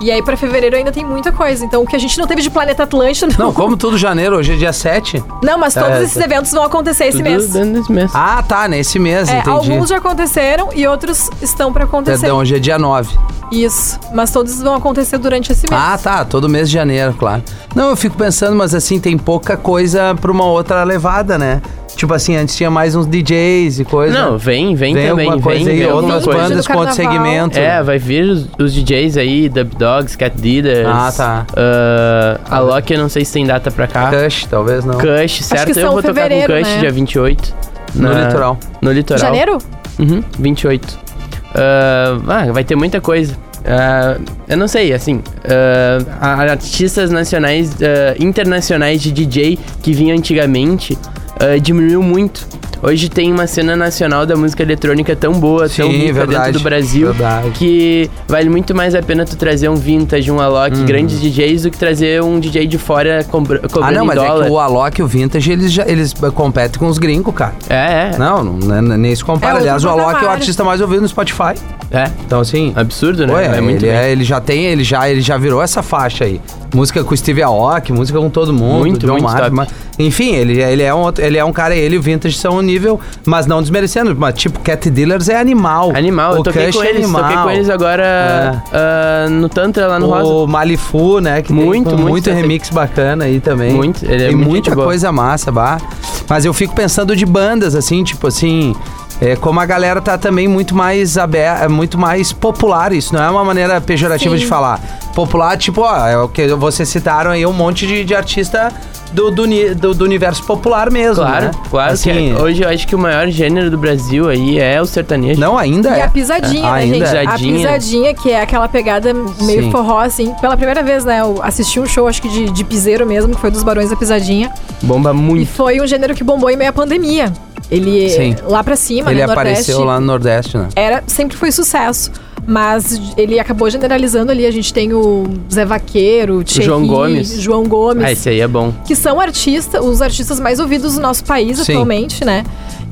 Speaker 3: E aí pra fevereiro ainda tem muita coisa. Então o que a gente não teve de Planeta Atlântida.
Speaker 1: Não, como tudo janeiro, hoje é dia 7.
Speaker 3: Não, mas todos
Speaker 1: É,
Speaker 3: esses eventos vão acontecer esse
Speaker 2: Tudo
Speaker 3: mês.
Speaker 2: dentro desse mês.
Speaker 1: Ah, tá, nesse mês,
Speaker 3: É,
Speaker 1: entendi.
Speaker 3: alguns já aconteceram e outros estão pra acontecer.
Speaker 1: Perdão, hoje é dia 9.
Speaker 3: Isso. Mas todos vão acontecer durante esse mês.
Speaker 1: Ah, tá, todo mês de janeiro, claro. Não, eu fico pensando, mas assim, tem pouca coisa pra uma outra levada, né? Tipo assim, antes tinha mais uns DJs e coisa.
Speaker 2: Não, vem, vem,
Speaker 1: é. vem
Speaker 2: também,
Speaker 1: alguma
Speaker 2: vem,
Speaker 1: coisa aí,
Speaker 2: vem alguma
Speaker 1: outras
Speaker 3: Vinte
Speaker 2: coisa.
Speaker 3: do
Speaker 1: bandas com outro
Speaker 3: carnaval.
Speaker 1: segmento.
Speaker 2: É, vai vir os, os DJs aí, Dub Dogs, Cat Deeders.
Speaker 1: Ah, tá. Então,
Speaker 2: ah, a Loki, eu não sei se tem data pra cá.
Speaker 1: Cush, talvez não.
Speaker 2: Cush, certo?
Speaker 3: que
Speaker 2: eu
Speaker 3: são
Speaker 2: vou tocar com
Speaker 3: fevereiro,
Speaker 2: Cush
Speaker 3: né?
Speaker 2: dia 28.
Speaker 1: No
Speaker 2: na-
Speaker 1: litoral. Ah,
Speaker 2: No litoral.
Speaker 3: Janeiro?
Speaker 2: Uhum, 28. Ah, ah, vai ter muita coisa. Ah, eu não sei, assim. ah, a- artistas nacionais, ah, internacionais de DJ que vinha antigamente ah, diminuiu muito. Hoje tem uma cena nacional da música eletrônica tão boa, tão
Speaker 1: Sim,
Speaker 2: rica
Speaker 1: verdade,
Speaker 2: dentro do Brasil,
Speaker 1: verdade.
Speaker 2: que vale muito mais a pena tu trazer um vintage, um Alok,
Speaker 1: Uhum.
Speaker 2: grandes DJs, do que trazer um DJ de fora cobra-
Speaker 1: Ah,
Speaker 2: cobrando
Speaker 1: não,
Speaker 2: em
Speaker 1: mas é
Speaker 2: dólar.
Speaker 1: que o Alok e o Vintage, eles, já, eles competem com os gringos, cara.
Speaker 2: É, é,
Speaker 1: Não, não não- nem se
Speaker 3: É
Speaker 1: compara.
Speaker 3: outro
Speaker 1: Aliás, o Alok é o
Speaker 3: patamar.
Speaker 1: artista mais ouvido no Spotify.
Speaker 2: é.
Speaker 1: Então, assim...
Speaker 2: Absurdo, né?
Speaker 1: Ué,
Speaker 2: Vai muito
Speaker 1: ele,
Speaker 2: bem.
Speaker 1: é- ele já tem, ele já, ele já virou essa faixa aí. Música com Steve Aoki, música com todo mundo,
Speaker 2: Muito,
Speaker 1: John
Speaker 2: muito
Speaker 1: Mayer,
Speaker 2: top.
Speaker 1: mas- enfim, ele, ele é um outro- ele é um cara, ele e o Vintage são um nível, mas não desmerecendo, mas tipo Cat Dealers é animal.
Speaker 2: Animal,
Speaker 1: o
Speaker 2: eu toquei
Speaker 1: Kush
Speaker 2: com
Speaker 1: é
Speaker 2: eles,
Speaker 1: animal. É.
Speaker 2: toquei com eles agora ah, no Tantra lá no Rosa.
Speaker 1: O Malifu, né? Que
Speaker 2: Muito,
Speaker 1: tem,
Speaker 2: muito
Speaker 1: muito
Speaker 2: certeza.
Speaker 1: remix bacana aí também.
Speaker 2: Muito, ele é
Speaker 1: tem
Speaker 2: muito
Speaker 1: muita
Speaker 2: gente boa.
Speaker 1: coisa massa, bah. Mas eu fico pensando de bandas, assim, tipo assim. É, como a galera tá também muito mais aberta, é muito mais popular, isso não é uma maneira pejorativa
Speaker 3: Sim.
Speaker 1: de falar. Popular, tipo, ó, é o que vocês citaram aí, um monte de, de artista do, do, ni- do- do universo popular mesmo.
Speaker 2: Claro,
Speaker 1: né?
Speaker 2: claro. que
Speaker 1: Assim,
Speaker 2: é. hoje eu acho que o maior gênero do Brasil aí é o sertanejo.
Speaker 1: Não, ainda
Speaker 3: E
Speaker 1: é.
Speaker 3: a pisadinha, né,
Speaker 1: Ainda.
Speaker 3: gente?
Speaker 2: Pisadinha.
Speaker 3: A pisadinha, que é aquela pegada meio
Speaker 1: Sim.
Speaker 3: forró, assim. Pela primeira vez, né? Eu assisti um show, acho que de, de piseiro mesmo, que foi dos Barões da Pisadinha.
Speaker 2: Bomba
Speaker 3: E
Speaker 2: muito.
Speaker 3: foi um gênero que bombou em meio à pandemia. Ele,
Speaker 1: Sim.
Speaker 3: lá pra cima,
Speaker 1: Ele
Speaker 3: né, no
Speaker 1: apareceu
Speaker 3: Nordeste,
Speaker 1: lá no Nordeste, né?
Speaker 3: era sempre foi sucesso. Mas ele acabou generalizando ali. A gente tem o Zé Vaqueiro, o Thierry,
Speaker 2: João Gomes.
Speaker 3: João Gomes,
Speaker 2: Ah, esse aí é bom.
Speaker 3: que são artistas, os artistas mais ouvidos do nosso país
Speaker 1: Sim.
Speaker 3: atualmente, né?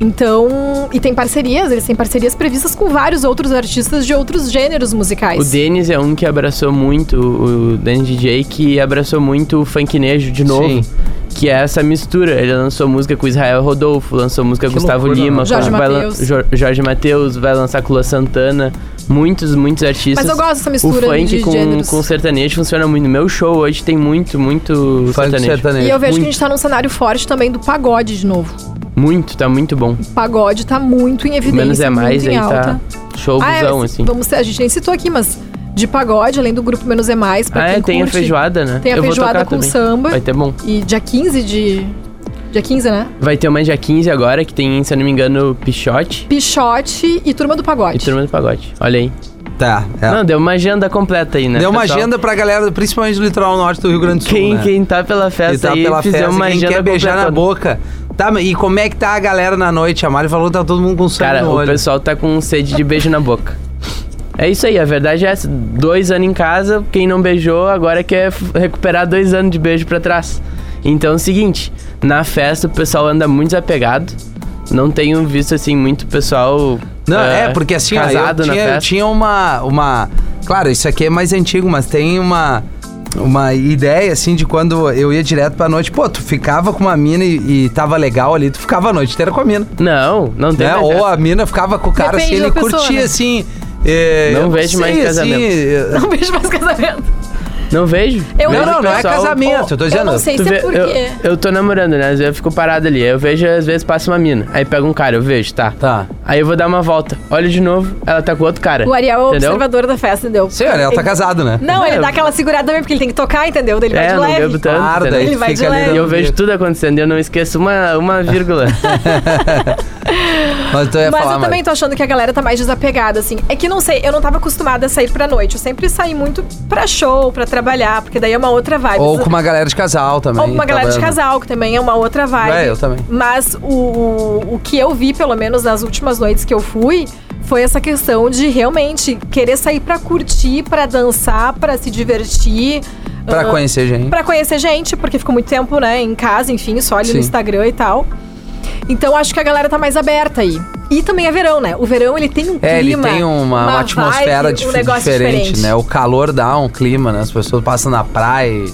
Speaker 3: Então, e tem parcerias, eles têm parcerias previstas com vários outros artistas de outros gêneros
Speaker 2: O
Speaker 3: musicais.
Speaker 2: Denis é um que abraçou muito, o Denis DJ, que abraçou muito o funknejo de novo.
Speaker 1: Sim.
Speaker 2: Que é essa mistura. Ele lançou música com Israel Rodolfo, lançou música com
Speaker 1: Que
Speaker 2: Gustavo
Speaker 1: loucura,
Speaker 2: Lima,
Speaker 1: né?
Speaker 3: Jorge
Speaker 2: com- vai lan-
Speaker 3: Mateus.
Speaker 2: Jor- Jorge Matheus, vai lançar com Lua Santana. Muitos, muitos artistas.
Speaker 3: Mas eu gosto dessa
Speaker 2: O
Speaker 3: mistura
Speaker 2: funk
Speaker 3: de
Speaker 2: com,
Speaker 3: gêneros.
Speaker 2: com sertanejo funciona muito. No meu show hoje tem muito, muito
Speaker 1: Funk
Speaker 2: sertanejo.
Speaker 3: E eu vejo que
Speaker 2: muito.
Speaker 3: a gente tá num cenário forte também do pagode de novo.
Speaker 2: Muito, tá muito bom.
Speaker 3: O pagode tá muito em evidência,
Speaker 2: Menos é mais
Speaker 3: muito em
Speaker 2: aí
Speaker 3: alta.
Speaker 2: tá
Speaker 3: Ah, é,
Speaker 2: showzão,
Speaker 3: mas
Speaker 2: assim.
Speaker 3: Vamos ter, a gente nem citou aqui, mas de pagode, além do grupo Menos é Mais, pra
Speaker 2: Ah, é,
Speaker 3: quem
Speaker 2: tem a
Speaker 3: curte,
Speaker 2: feijoada, né?
Speaker 3: Tem a
Speaker 2: eu vou
Speaker 3: feijoada
Speaker 2: tocar
Speaker 3: com
Speaker 2: também.
Speaker 3: samba.
Speaker 2: Vai ter bom.
Speaker 3: E dia 15 de, Dia 15, né?
Speaker 2: Vai ter uma dia 15 agora, que tem, se eu não me engano, Pichote
Speaker 3: Pichote e Turma do Pagode.
Speaker 2: e Turma do Pagode. Olha aí.
Speaker 1: Tá. é.
Speaker 2: Não, deu uma agenda completa aí, né?
Speaker 1: Deu uma
Speaker 2: pessoal?
Speaker 1: agenda pra galera, principalmente do litoral norte do Rio Grande do Sul.
Speaker 2: Quem,
Speaker 1: né?
Speaker 2: quem tá pela
Speaker 1: que
Speaker 2: festa
Speaker 1: tá
Speaker 2: aí,
Speaker 1: pela
Speaker 2: fizer
Speaker 1: festa,
Speaker 2: uma
Speaker 1: quem
Speaker 2: agenda
Speaker 1: quer beijar na
Speaker 2: completa.
Speaker 1: boca. Tá, mas e como é que tá a galera na noite? A Mari falou que tá todo mundo com sangue
Speaker 2: Cara,
Speaker 1: no
Speaker 2: o
Speaker 1: olho.
Speaker 2: pessoal tá com sede de beijo na boca. É isso aí, a verdade é essa. Dois anos em casa, quem não beijou agora quer f- recuperar dois anos de beijo pra trás. Então é o seguinte, na festa o pessoal anda muito desapegado. Não tenho visto assim muito pessoal.
Speaker 1: Não,
Speaker 2: eh,
Speaker 1: é, porque assim, ó,
Speaker 2: casado
Speaker 1: eu,
Speaker 2: na
Speaker 1: tinha, eu
Speaker 2: festa.
Speaker 1: tinha uma, uma. Claro, isso aqui é mais antigo, mas tem uma. Uma ideia, assim, de quando eu ia direto pra noite. Pô, tu ficava com uma mina e, e tava legal ali, tu ficava a noite inteira com a mina.
Speaker 2: Não, não tem.
Speaker 1: Né?
Speaker 2: mais
Speaker 1: Ou
Speaker 2: essa.
Speaker 1: a mina ficava com o cara
Speaker 3: Depende
Speaker 1: assim, ele
Speaker 3: da pessoa,
Speaker 1: curtia,
Speaker 3: né?
Speaker 1: assim. é,
Speaker 2: Não
Speaker 1: eu
Speaker 2: vejo mais casamento.
Speaker 1: é-
Speaker 3: Não vejo um mais casamento.
Speaker 2: Não vejo.
Speaker 1: Não,
Speaker 3: Eu
Speaker 2: Vejo
Speaker 1: não,
Speaker 2: o
Speaker 1: não é
Speaker 2: pessoal-
Speaker 1: casamento, eu tô
Speaker 3: Eu
Speaker 1: dizendo.
Speaker 3: não sei
Speaker 2: Tu
Speaker 3: se
Speaker 2: vê,
Speaker 3: é por
Speaker 2: eu,
Speaker 3: quê.
Speaker 2: eu tô namorando, né? Às vezes eu fico parado ali. Eu vejo, às vezes passa uma mina. Aí pega um cara, eu vejo, tá.
Speaker 1: Tá.
Speaker 2: Aí eu vou dar uma volta. Olho de novo, ela tá com outro cara.
Speaker 3: O Ariel é o
Speaker 2: Entendeu?
Speaker 3: observador da festa, entendeu?
Speaker 1: Senhora, ela tá casado, né?
Speaker 3: Não, ele
Speaker 2: É.
Speaker 3: dá aquela segurada também, porque ele tem que tocar, entendeu? Daí Ele vai
Speaker 2: É,
Speaker 3: de
Speaker 2: não
Speaker 3: leve.
Speaker 2: bebo tanto.
Speaker 1: Claro,
Speaker 2: entendeu?
Speaker 1: daí
Speaker 3: Ele
Speaker 1: tu
Speaker 3: vai de
Speaker 1: fica ali
Speaker 3: leve.
Speaker 1: dando
Speaker 2: E eu vejo
Speaker 1: bico.
Speaker 2: tudo acontecendo, eu não esqueço uma, uma vírgula.
Speaker 1: Mas tu ia
Speaker 3: Mas
Speaker 1: falar,
Speaker 3: eu
Speaker 1: Mari.
Speaker 3: também tô achando que a galera tá mais desapegada, assim. É que não sei, eu não tava acostumada a sair pra noite. Eu sempre saí muito pra show, pra trabalhar, porque daí é uma outra vibe.
Speaker 1: Ou com uma galera de casal também. tá
Speaker 3: Ou uma galera de
Speaker 1: trabalhando.
Speaker 3: casal, que também é uma outra vibe.
Speaker 1: Né, É, eu também.
Speaker 3: Mas o, o, o que eu vi, pelo menos nas últimas noites que eu fui, foi essa questão de realmente querer sair pra curtir, pra dançar, pra se divertir.
Speaker 1: Pra
Speaker 3: Ah,
Speaker 1: conhecer gente.
Speaker 3: Pra conhecer gente, porque ficou muito tempo, né, em casa, enfim, só ali
Speaker 1: Sim.
Speaker 3: no Instagram e tal. Então acho que a galera tá mais aberta aí. E também é verão, né? O verão ele tem um clima.
Speaker 1: É, ele tem uma, uma
Speaker 3: vibe,
Speaker 1: atmosfera
Speaker 3: um
Speaker 1: dif-
Speaker 3: negócio
Speaker 1: diferente, né? O calor dá um clima, né? As pessoas passam na praia e... e aí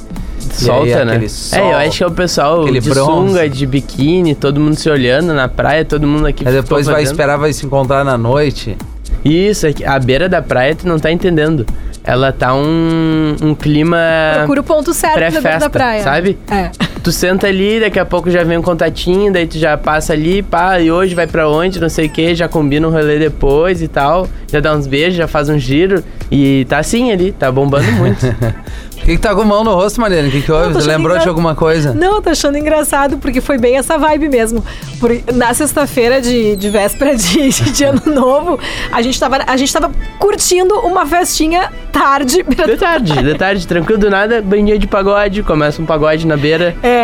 Speaker 2: Solta, né?
Speaker 1: aquele sol.
Speaker 2: é, eu acho que é o pessoal
Speaker 1: aquele
Speaker 2: de
Speaker 1: bronze.
Speaker 2: sunga, de biquíni, todo mundo se olhando na praia, todo mundo aqui.
Speaker 1: Aí depois
Speaker 2: ficou
Speaker 1: vai
Speaker 2: fazendo.
Speaker 1: esperar, vai se encontrar na noite.
Speaker 2: Isso, aqui, a beira da praia tu não tá entendendo. Ela tá um, um clima
Speaker 1: É.
Speaker 3: Procura o ponto certo no dentro da
Speaker 2: pré-festa,
Speaker 3: praia.
Speaker 2: sabe?
Speaker 3: É.
Speaker 2: Tu senta ali, daqui a pouco já vem um contatinho, daí tu já passa ali, pá, e hoje vai pra onde, não sei o que, já combina um rolê depois e tal, já dá uns beijos, já faz um giro, e tá assim ali, tá bombando muito.
Speaker 1: Por que, que tá com a mão no rosto, Mariana? O que, que houve?
Speaker 3: tô
Speaker 1: Você
Speaker 3: achando
Speaker 1: lembrou
Speaker 3: engra-
Speaker 1: de alguma coisa?
Speaker 3: Não, eu tô achando engraçado, porque foi bem essa vibe mesmo. Por, na sexta-feira de, de véspera de, de ano novo, a gente, tava, a gente tava curtindo uma festinha tarde.
Speaker 2: de tarde, de tarde, tranquilo, do nada, bandinha de pagode, começa um pagode na beira,
Speaker 3: É.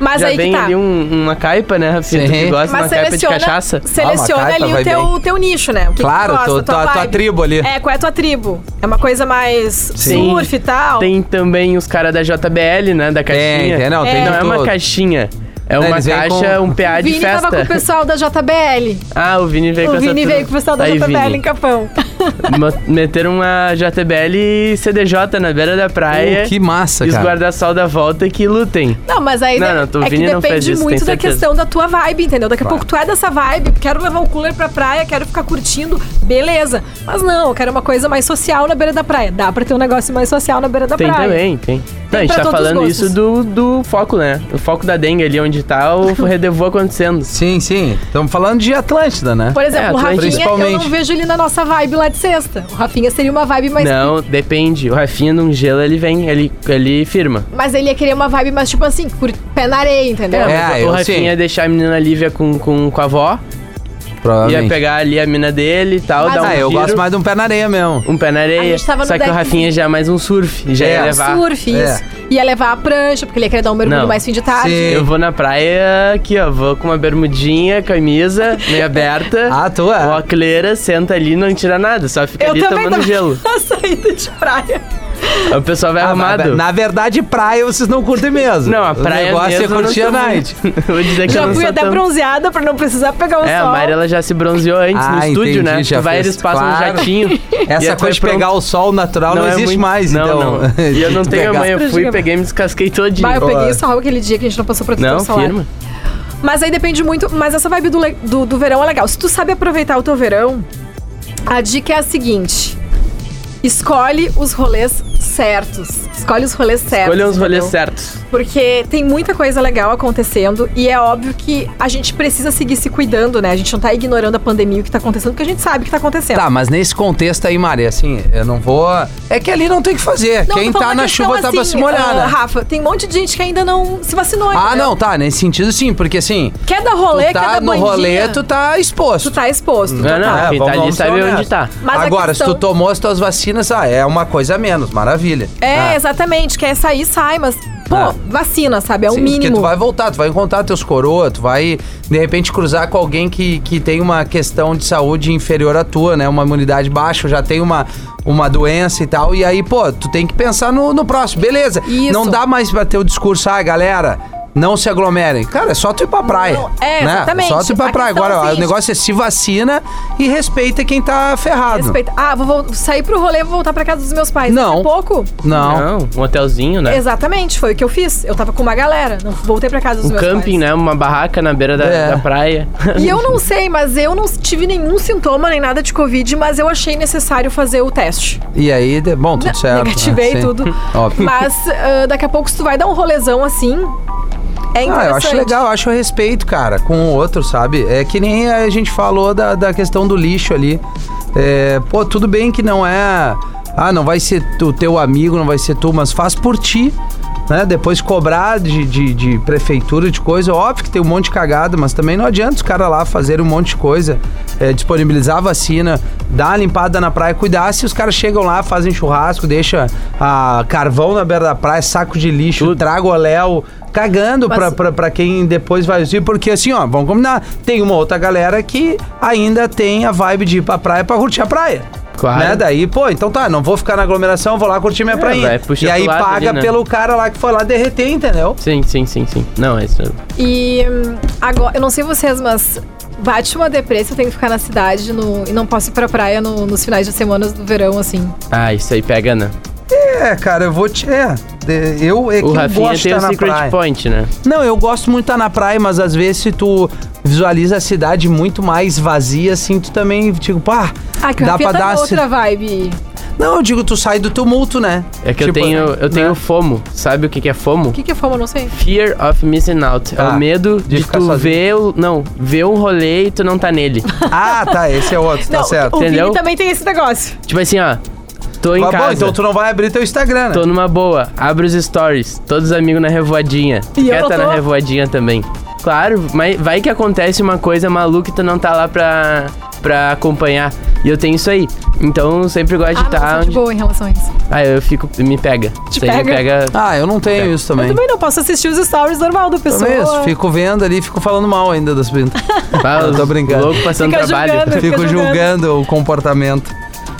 Speaker 3: Mas
Speaker 2: já
Speaker 3: aí
Speaker 2: vem
Speaker 3: que tá.
Speaker 2: ali um- uma caipa, né, Rafinha, tu
Speaker 1: Sim.
Speaker 2: que gosta de uma
Speaker 3: Mas
Speaker 2: caipa de
Speaker 3: seleciona,
Speaker 2: cachaça.
Speaker 1: Ah,
Speaker 3: seleciona
Speaker 1: uma caipa
Speaker 3: ali
Speaker 1: vai
Speaker 3: o teu, o teu nicho, né? O que
Speaker 1: Claro,
Speaker 3: que tu
Speaker 1: tu-
Speaker 3: gosta,
Speaker 1: tua- tua
Speaker 3: vibe.
Speaker 1: tribo ali.
Speaker 3: É, qual é a tua tribo? É uma coisa mais
Speaker 2: Sim.
Speaker 3: surf e tal?
Speaker 2: Tem também os caras da JBL, né, da caixinha.
Speaker 1: Tem, tem, não, tem
Speaker 2: Não
Speaker 1: de
Speaker 2: é uma
Speaker 1: tudo.
Speaker 2: caixinha, é
Speaker 1: Não,
Speaker 2: uma
Speaker 1: eles vêm
Speaker 2: caixa,
Speaker 1: com-
Speaker 2: um PA de
Speaker 3: Vini
Speaker 2: festa.
Speaker 3: tava com o pessoal da JBL.
Speaker 2: Ah, o Vini veio com
Speaker 3: o
Speaker 2: essa
Speaker 3: Vini
Speaker 2: turma.
Speaker 3: veio com o pessoal da
Speaker 2: Aí,
Speaker 3: JBL
Speaker 2: Vini.
Speaker 3: em Capão.
Speaker 2: Ma- Meteram uma JBL e CDJ na beira da praia.
Speaker 1: Uh, que massa,
Speaker 2: E os
Speaker 1: cara.
Speaker 2: guarda-sol da volta que lutem.
Speaker 3: Não, mas aí
Speaker 2: Não,
Speaker 3: de-
Speaker 2: não, tu- o
Speaker 3: é que
Speaker 2: Vini não
Speaker 3: depende
Speaker 2: fez isso,
Speaker 3: muito
Speaker 2: tenho
Speaker 3: da
Speaker 2: certeza.
Speaker 3: questão da tua vibe, entendeu? Daqui a pouco tu é dessa vibe, quero levar o cooler pra praia, quero ficar curtindo, beleza. Mas não, eu quero uma coisa mais social na beira da praia. Dá pra ter um negócio mais social na beira da
Speaker 2: Tem
Speaker 3: praia.
Speaker 2: também, tem. Não, a gente
Speaker 3: pra
Speaker 2: tá
Speaker 3: todos os
Speaker 2: falando
Speaker 3: gostos.
Speaker 2: isso do, do foco, né? O foco da dengue ali onde tá, o redevô acontecendo.
Speaker 1: Sim, sim. Estamos falando de Atlântida, né?
Speaker 3: Por exemplo,
Speaker 2: É,
Speaker 3: o Rafinha, eu
Speaker 1: principalmente.
Speaker 3: não vejo ele na nossa vibe lá de sexta. O Rafinha seria uma vibe mais.
Speaker 2: Não, depende. O Rafinha num gelo, ele vem, ele, ele firma.
Speaker 3: Mas ele ia querer uma vibe mais tipo assim, cur- pé na areia, entendeu?
Speaker 1: É,
Speaker 2: Mas
Speaker 1: eu
Speaker 2: o Rafinha
Speaker 1: sim.
Speaker 2: ia deixar a menina Lívia com, com, com a avó, ia
Speaker 1: Provavelmente.
Speaker 2: pegar ali a mina dele e tal,
Speaker 3: Mas
Speaker 2: dar um
Speaker 3: o-
Speaker 1: Ah, eu
Speaker 2: giro,
Speaker 1: gosto mais de um pé na areia mesmo.
Speaker 2: um pé na areia.
Speaker 3: gente tava no
Speaker 2: Só que o
Speaker 3: deck.
Speaker 2: Rafinha já é mais um surf, já
Speaker 1: É,
Speaker 2: ia
Speaker 1: um
Speaker 2: levar.
Speaker 3: Surf, isso. Ia levar a prancha, porque ele ia querer dar um mergulho
Speaker 2: Não.
Speaker 3: mais fim de tarde.
Speaker 1: Sim.
Speaker 2: Eu vou na praia aqui, ó. Vou com uma bermudinha, camisa, meio aberta.
Speaker 1: Ah, tu é.
Speaker 2: Ó, cleira, senta ali não tira nada, só fica
Speaker 3: Eu
Speaker 2: ali
Speaker 3: também
Speaker 2: tomando
Speaker 3: tava
Speaker 2: gelo.
Speaker 3: na saída de praia.
Speaker 2: Aí O pessoal vai
Speaker 1: Ah,
Speaker 2: arrumado.
Speaker 1: Na verdade, praia vocês não curtem mesmo.
Speaker 2: Não, a praia
Speaker 1: O negócio
Speaker 2: mesmo
Speaker 1: é
Speaker 2: eu não
Speaker 1: curtir a
Speaker 2: sou
Speaker 1: night.
Speaker 2: muito. Vou dizer que eu
Speaker 3: Já
Speaker 2: não
Speaker 3: fui
Speaker 2: sou
Speaker 3: até
Speaker 2: tão...
Speaker 3: bronzeada pra não precisar pegar o
Speaker 2: É, a
Speaker 3: sol.
Speaker 2: Mari, ela já se bronzeou antes
Speaker 1: Ah,
Speaker 2: no estúdio,
Speaker 1: entendi,
Speaker 2: né?
Speaker 1: já
Speaker 2: tu vai,
Speaker 1: fez,
Speaker 2: eles passam
Speaker 1: claro.
Speaker 2: um jatinho. e
Speaker 1: Essa
Speaker 2: aí tu
Speaker 1: coisa de
Speaker 2: vai
Speaker 1: pegar
Speaker 2: pronto.
Speaker 1: o sol natural não,
Speaker 2: é
Speaker 1: existe
Speaker 2: muito-
Speaker 1: mais,
Speaker 2: não,
Speaker 1: então.
Speaker 2: Não. E eu não
Speaker 1: de
Speaker 2: tenho
Speaker 1: pegar.
Speaker 2: amanhã. Eu fui,
Speaker 3: Prejudicava.
Speaker 2: peguei e me descasquei todinho.
Speaker 3: Bah, eu
Speaker 1: Boa.
Speaker 3: peguei sol aquele dia que a gente não passou protetor
Speaker 2: Não,
Speaker 3: solar.
Speaker 2: firma.
Speaker 3: Mas aí depende muito. Mas essa vibe do, le- do, do verão é legal. Se tu sabe aproveitar o teu verão, a dica é a seguinte: escolhe os rolês certos. Escolhe os rolês certos.
Speaker 2: Escolha os rolês
Speaker 3: entendeu?
Speaker 2: certos.
Speaker 3: Porque tem muita coisa legal acontecendo e é óbvio que a gente precisa seguir se cuidando, né? A gente não tá ignorando a pandemia e o que tá acontecendo, porque a gente sabe o que tá acontecendo.
Speaker 1: Tá, mas nesse contexto aí, Mari, assim, eu não vou. É que ali não tem o que fazer.
Speaker 3: Não,
Speaker 1: Quem
Speaker 3: eu tô falando
Speaker 1: tá na
Speaker 3: uma questão
Speaker 1: chuva tá pra
Speaker 3: assim,
Speaker 1: se molhar,
Speaker 3: ah,
Speaker 1: né?
Speaker 3: Rafa, tem um monte de gente que ainda não se vacinou. né?
Speaker 1: Ah,
Speaker 3: entendeu?
Speaker 1: não, tá. Nesse sentido, sim, porque assim.
Speaker 3: Quer dar rolê,
Speaker 1: tu
Speaker 3: quer
Speaker 1: tá
Speaker 3: dar
Speaker 1: no
Speaker 3: bandinha,
Speaker 1: rolê, tu tá exposto.
Speaker 3: tu tá exposto.
Speaker 2: Não, não,
Speaker 1: É, vamos-
Speaker 2: quem tá ali
Speaker 1: vamos
Speaker 2: sabe
Speaker 1: ser
Speaker 2: onde
Speaker 1: honestos.
Speaker 2: tá.
Speaker 3: Mas a
Speaker 1: Agora, se
Speaker 3: questão-
Speaker 1: tu tomou as tuas vacinas, ah, é uma coisa a menos, maravilha.
Speaker 3: É,
Speaker 2: Tá.
Speaker 1: Ah.
Speaker 3: exatamente. Quer sair, sai, mas, pô,
Speaker 1: Ah.
Speaker 3: vacina, sabe? É o
Speaker 1: Sim, Porque
Speaker 3: mínimo.
Speaker 1: tu vai voltar, tu vai encontrar teus coroa, tu vai, de repente, cruzar com alguém que, que tem uma questão de saúde inferior à tua, né? Uma imunidade baixa, já tem uma, uma doença e tal. E aí, pô, tu tem que pensar no, no próximo. Beleza.
Speaker 3: Isso.
Speaker 1: Não dá mais pra ter o discurso, ah, galera. Não se aglomerem. Cara, é só tu ir pra praia.
Speaker 3: Não, é,
Speaker 1: né?
Speaker 3: exatamente.
Speaker 1: Só tu ir pra
Speaker 3: A
Speaker 1: praia.
Speaker 3: questão
Speaker 1: Agora,
Speaker 3: é o
Speaker 1: ó, o
Speaker 3: seguinte-
Speaker 1: negócio é se vacina e respeita quem tá ferrado.
Speaker 3: Respeita. Ah, vou vol- sair pro rolê e vou voltar pra casa dos meus pais.
Speaker 1: Não.
Speaker 3: Daqui a pouco.
Speaker 1: Não.
Speaker 2: um hotelzinho, né?
Speaker 3: Exatamente, foi o que eu fiz. Eu tava com uma galera, não voltei pra casa dos
Speaker 2: Um
Speaker 3: meus
Speaker 2: camping,
Speaker 3: pais.
Speaker 2: né? Uma barraca na beira da,
Speaker 1: É.
Speaker 2: da praia.
Speaker 3: E eu não sei, mas eu não tive nenhum sintoma nem nada de Covid, mas eu achei necessário fazer o teste.
Speaker 1: E aí, de- bom, tudo certo. né?
Speaker 3: Negativei
Speaker 1: Sim.
Speaker 3: tudo.
Speaker 1: Óbvio.
Speaker 3: Mas ah, daqui a pouco, se tu vai dar um rolezão assim, é interessante.
Speaker 1: Ah, eu acho legal, eu acho respeito, cara, com o outro, sabe? É que nem a gente falou da, da questão do lixo ali. É, pô, tudo bem que não é. Ah, não vai ser o teu amigo, não vai ser tu, mas faz por ti. Né? Depois cobrar de, de, de prefeitura, de coisa, óbvio que tem um monte de cagada, mas também não adianta os caras lá fazerem um monte de coisa, é, disponibilizar a vacina, dar uma limpada na praia, cuidar. Se os caras chegam lá, fazem churrasco, deixa ah, carvão na beira da praia, saco de lixo, trago oléu, cagando
Speaker 3: Mas-
Speaker 1: pra, pra, pra quem depois vai assistir, porque assim, ó, vamos combinar, tem uma outra galera que ainda tem a vibe de ir pra praia pra curtir a praia.
Speaker 2: Claro.
Speaker 1: Né? Daí, pô, então tá, não vou ficar na aglomeração, vou lá curtir minha
Speaker 2: É,
Speaker 1: praia.
Speaker 2: vai, puxa
Speaker 1: E aí
Speaker 2: pro lado
Speaker 1: paga
Speaker 2: ali, né?
Speaker 1: pelo cara lá que foi lá derreter, entendeu?
Speaker 2: Sim, sim, sim, sim. Não, é isso.
Speaker 3: E hum, agora, eu não sei vocês, mas bate uma depressa, eu tenho que ficar na cidade no- e não posso ir pra praia no- nos finais de semana do verão, assim.
Speaker 2: Ah, isso aí pega, né?
Speaker 1: É, cara, eu vou te. É, de- eu, é que
Speaker 2: o
Speaker 1: eu
Speaker 2: Rafinha
Speaker 1: gosto de
Speaker 2: tem
Speaker 1: estar
Speaker 2: o
Speaker 1: na
Speaker 2: Secret
Speaker 1: praia.
Speaker 2: Point, né?
Speaker 1: Não, eu gosto muito de estar na praia, mas às vezes se tu visualiza a cidade muito mais vazia, assim, tu também, tipo, pá,
Speaker 3: Ah, que o
Speaker 1: dá
Speaker 3: Rafinha
Speaker 1: pra
Speaker 3: tá
Speaker 1: dar. uma
Speaker 3: numa outra vibe.
Speaker 1: Não, eu digo, tu sai do tumulto, né?
Speaker 2: É que eu
Speaker 1: Tipo,
Speaker 2: tenho, eu tenho
Speaker 1: né?
Speaker 2: FOMO. Sabe o que, que é FOMO?
Speaker 3: O que que é fome, eu não sei.
Speaker 2: Fear of missing out. é
Speaker 1: Tá.
Speaker 2: o medo
Speaker 1: De
Speaker 2: de,
Speaker 1: ficar
Speaker 2: tu
Speaker 1: sozinho.
Speaker 2: ver o, não, ver um rolê e tu não tá nele.
Speaker 1: Ah, tá, esse é outro, tá
Speaker 3: não,
Speaker 1: certo.
Speaker 3: o
Speaker 2: Entendeu?
Speaker 3: Vini também tem esse negócio.
Speaker 2: tipo assim, ó, tô em
Speaker 1: Mas, bom,
Speaker 2: casa.
Speaker 1: então tu não vai abrir teu Instagram, né?
Speaker 3: Tá.
Speaker 2: Tô numa boa, abre os stories, todos os amigos na revoadinha.
Speaker 3: E eu
Speaker 2: Quer
Speaker 3: não
Speaker 2: tá
Speaker 3: tô?
Speaker 2: na revoadinha também. Claro, mas vai que acontece uma coisa maluca e tu não tá lá pra, pra acompanhar. E eu tenho isso aí. Então eu sempre gosto de
Speaker 3: ah, não, eu
Speaker 2: estar.
Speaker 3: sou de boa em relação a isso.
Speaker 2: Ah, eu fico. Me pega.
Speaker 3: Te
Speaker 2: Isso aí me
Speaker 3: pega?
Speaker 2: pega.
Speaker 1: Ah, eu não
Speaker 2: É.
Speaker 1: tenho isso também.
Speaker 3: Eu também não posso assistir os stories normal do pessoal.
Speaker 1: Também isso, fico vendo ali, fico falando mal ainda das pessoas.
Speaker 2: Ah,
Speaker 1: Eu tô
Speaker 2: os
Speaker 1: brincando.
Speaker 2: Louco passando
Speaker 3: Fica
Speaker 2: trabalho.
Speaker 3: julgando. Fica
Speaker 1: Fico
Speaker 3: julgando.
Speaker 1: julgando o comportamento.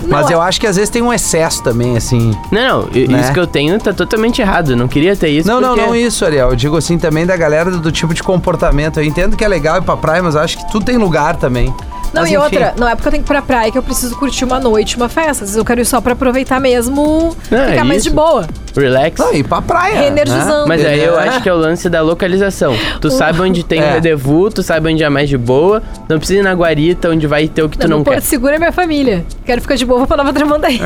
Speaker 1: Mas
Speaker 3: Não, é-
Speaker 1: eu acho que às vezes tem um excesso também, assim.
Speaker 2: Não, não, i-
Speaker 1: Né?
Speaker 2: isso que eu tenho tá totalmente errado. Eu Não queria ter isso.
Speaker 1: Não, não,
Speaker 2: porque-
Speaker 1: não isso, Ariel. Eu digo assim também da galera do, do tipo de comportamento. Eu entendo que é legal ir pra praia, mas eu acho que tudo tem lugar também.
Speaker 3: Não,
Speaker 1: Mas,
Speaker 3: e
Speaker 1: enfim.
Speaker 3: outra, não é porque eu tenho que ir pra praia que eu preciso curtir uma noite, uma festa. Às vezes eu quero ir só pra aproveitar mesmo,
Speaker 2: É,
Speaker 3: ficar mais
Speaker 2: isso.
Speaker 3: de boa.
Speaker 2: Relax.
Speaker 1: Não, ir pra praia. né?
Speaker 3: Reenergizando.
Speaker 2: Mas aí eu
Speaker 1: É.
Speaker 2: acho que é o lance da localização. Tu sabe onde tem
Speaker 1: É.
Speaker 2: o rendezvous, tu sabe onde é mais de boa. Não precisa ir na guarita, onde vai ter o que tu não,
Speaker 3: no
Speaker 2: quer.
Speaker 3: Porto Seguro é minha família. Quero ficar de boa, vou pra Nova Tramandaí.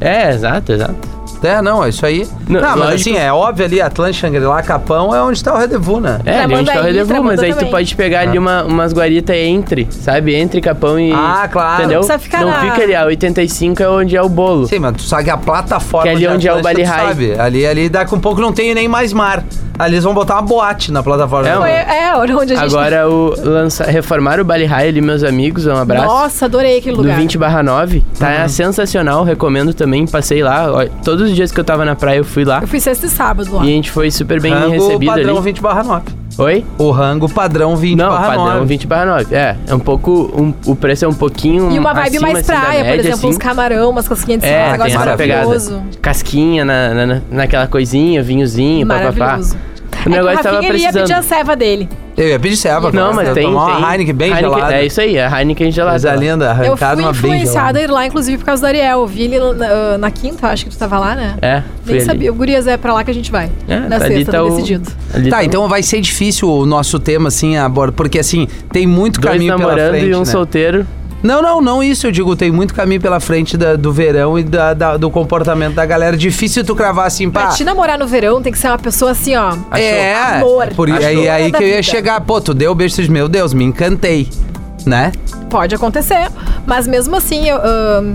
Speaker 2: É, exato, exato.
Speaker 1: Né? É, não, é isso aí.
Speaker 2: Não,
Speaker 1: Não, mas
Speaker 2: lógico.
Speaker 1: assim, é óbvio ali, Atlântico, Xangri-Lá, Capão, é onde tá o Rendezvous, né?
Speaker 2: É, ali onde tá o
Speaker 3: Tramandaí,
Speaker 2: rendezvous, mas aí tu
Speaker 3: Tramandaí
Speaker 2: pode pegar ali uma, umas guaritas entre, sabe? Entre Capão e.
Speaker 1: Ah, claro.
Speaker 2: Entendeu?
Speaker 3: Não precisa ficar
Speaker 2: não
Speaker 3: na-
Speaker 2: fica ali, a 85 é onde é o bolo.
Speaker 1: Sim, mas tu sabe a plataforma
Speaker 2: Que é ali
Speaker 1: de
Speaker 2: onde é o
Speaker 1: Atlântida,
Speaker 2: Bali
Speaker 1: tu
Speaker 2: High.
Speaker 1: sabe? Ali, ali daqui um pouco não tem nem mais mar. Ali eles vão botar uma boate na plataforma.
Speaker 2: É,
Speaker 3: Foi,
Speaker 2: mano.
Speaker 3: é, olha onde a gente...
Speaker 2: Agora o lança... reformar o Bali High ali, meus amigos, um abraço.
Speaker 3: Nossa, adorei aquele
Speaker 2: Do
Speaker 3: lugar.
Speaker 2: 20 barra 9, tá
Speaker 1: Uhum.
Speaker 2: sensacional, recomendo também, passei lá, ó, todos os dias que eu tava na praia eu fui lá,
Speaker 3: Eu fui sexta e sábado lá.
Speaker 2: e a gente foi super bem
Speaker 1: rango
Speaker 2: recebido
Speaker 1: padrão
Speaker 2: ali.
Speaker 1: 20 barra 9.
Speaker 2: Oi?
Speaker 1: O rango padrão 20
Speaker 2: Não,
Speaker 1: barra
Speaker 2: padrão
Speaker 1: 9.
Speaker 2: 20 barra 9, é, é um pouco, um- o preço é um pouquinho
Speaker 3: E uma vibe
Speaker 2: acima,
Speaker 3: mais
Speaker 2: assim, da
Speaker 3: praia, por
Speaker 2: média,
Speaker 3: exemplo, uns
Speaker 2: assim.
Speaker 3: camarão, umas casquinhas de
Speaker 2: É,
Speaker 3: sal, um
Speaker 2: tem
Speaker 3: negócio
Speaker 2: essa pegada.
Speaker 3: maravilhoso.
Speaker 2: Casquinha na, na- na- naquela coisinha, vinhozinho, papapá.
Speaker 3: Maravilhoso.
Speaker 2: O
Speaker 3: é que
Speaker 2: negócio
Speaker 3: o
Speaker 2: tava
Speaker 3: Rafinha, ele ia
Speaker 2: precisando.
Speaker 3: pedir a ceva dele.
Speaker 1: Eu ia pedir ceva,
Speaker 2: Não,
Speaker 1: cara.
Speaker 2: mas
Speaker 1: Eu
Speaker 2: tem,
Speaker 1: Tomar
Speaker 2: tem.
Speaker 1: uma Heineken bem gelada.
Speaker 2: É isso aí, a Heineken gelada.
Speaker 1: Coisa linda,
Speaker 3: Eu
Speaker 1: arrancada
Speaker 3: fui
Speaker 1: uma bem
Speaker 3: influenciada
Speaker 1: gelada.
Speaker 3: a ir lá, inclusive, por causa do Ariel. Eu vi ele na, na quinta, acho que tu tava lá, né?
Speaker 2: É, fui
Speaker 3: Nem
Speaker 2: ali.
Speaker 3: sabia. O Gurias é pra lá que a gente vai.
Speaker 2: É,
Speaker 3: na
Speaker 2: tá ali
Speaker 3: sexta,
Speaker 2: tá
Speaker 3: tá
Speaker 2: o-
Speaker 3: decidido.
Speaker 2: ali
Speaker 1: Tá,
Speaker 2: tá o-
Speaker 1: então vai ser difícil o nosso tema, assim, abordar, porque assim, tem muito
Speaker 2: Dois
Speaker 1: caminho pela
Speaker 2: namorando
Speaker 1: frente,
Speaker 2: e um
Speaker 1: né?
Speaker 2: solteiro.
Speaker 1: Não, não, não isso. Eu digo, tem muito caminho pela frente da- do verão e da- da- do comportamento da galera. Difícil tu cravar assim,
Speaker 3: Pra
Speaker 1: pá.
Speaker 3: te namorar no verão, tem que ser uma pessoa assim, ó.
Speaker 1: É,
Speaker 3: Amor.
Speaker 1: Por,
Speaker 3: Achou.
Speaker 1: aí, aí
Speaker 3: Da
Speaker 1: que eu ia
Speaker 3: vida.
Speaker 1: chegar. Pô, tu deu beijo, tu- meu Deus, me encantei. Né?
Speaker 3: Pode acontecer, mas mesmo assim, eu, ahn,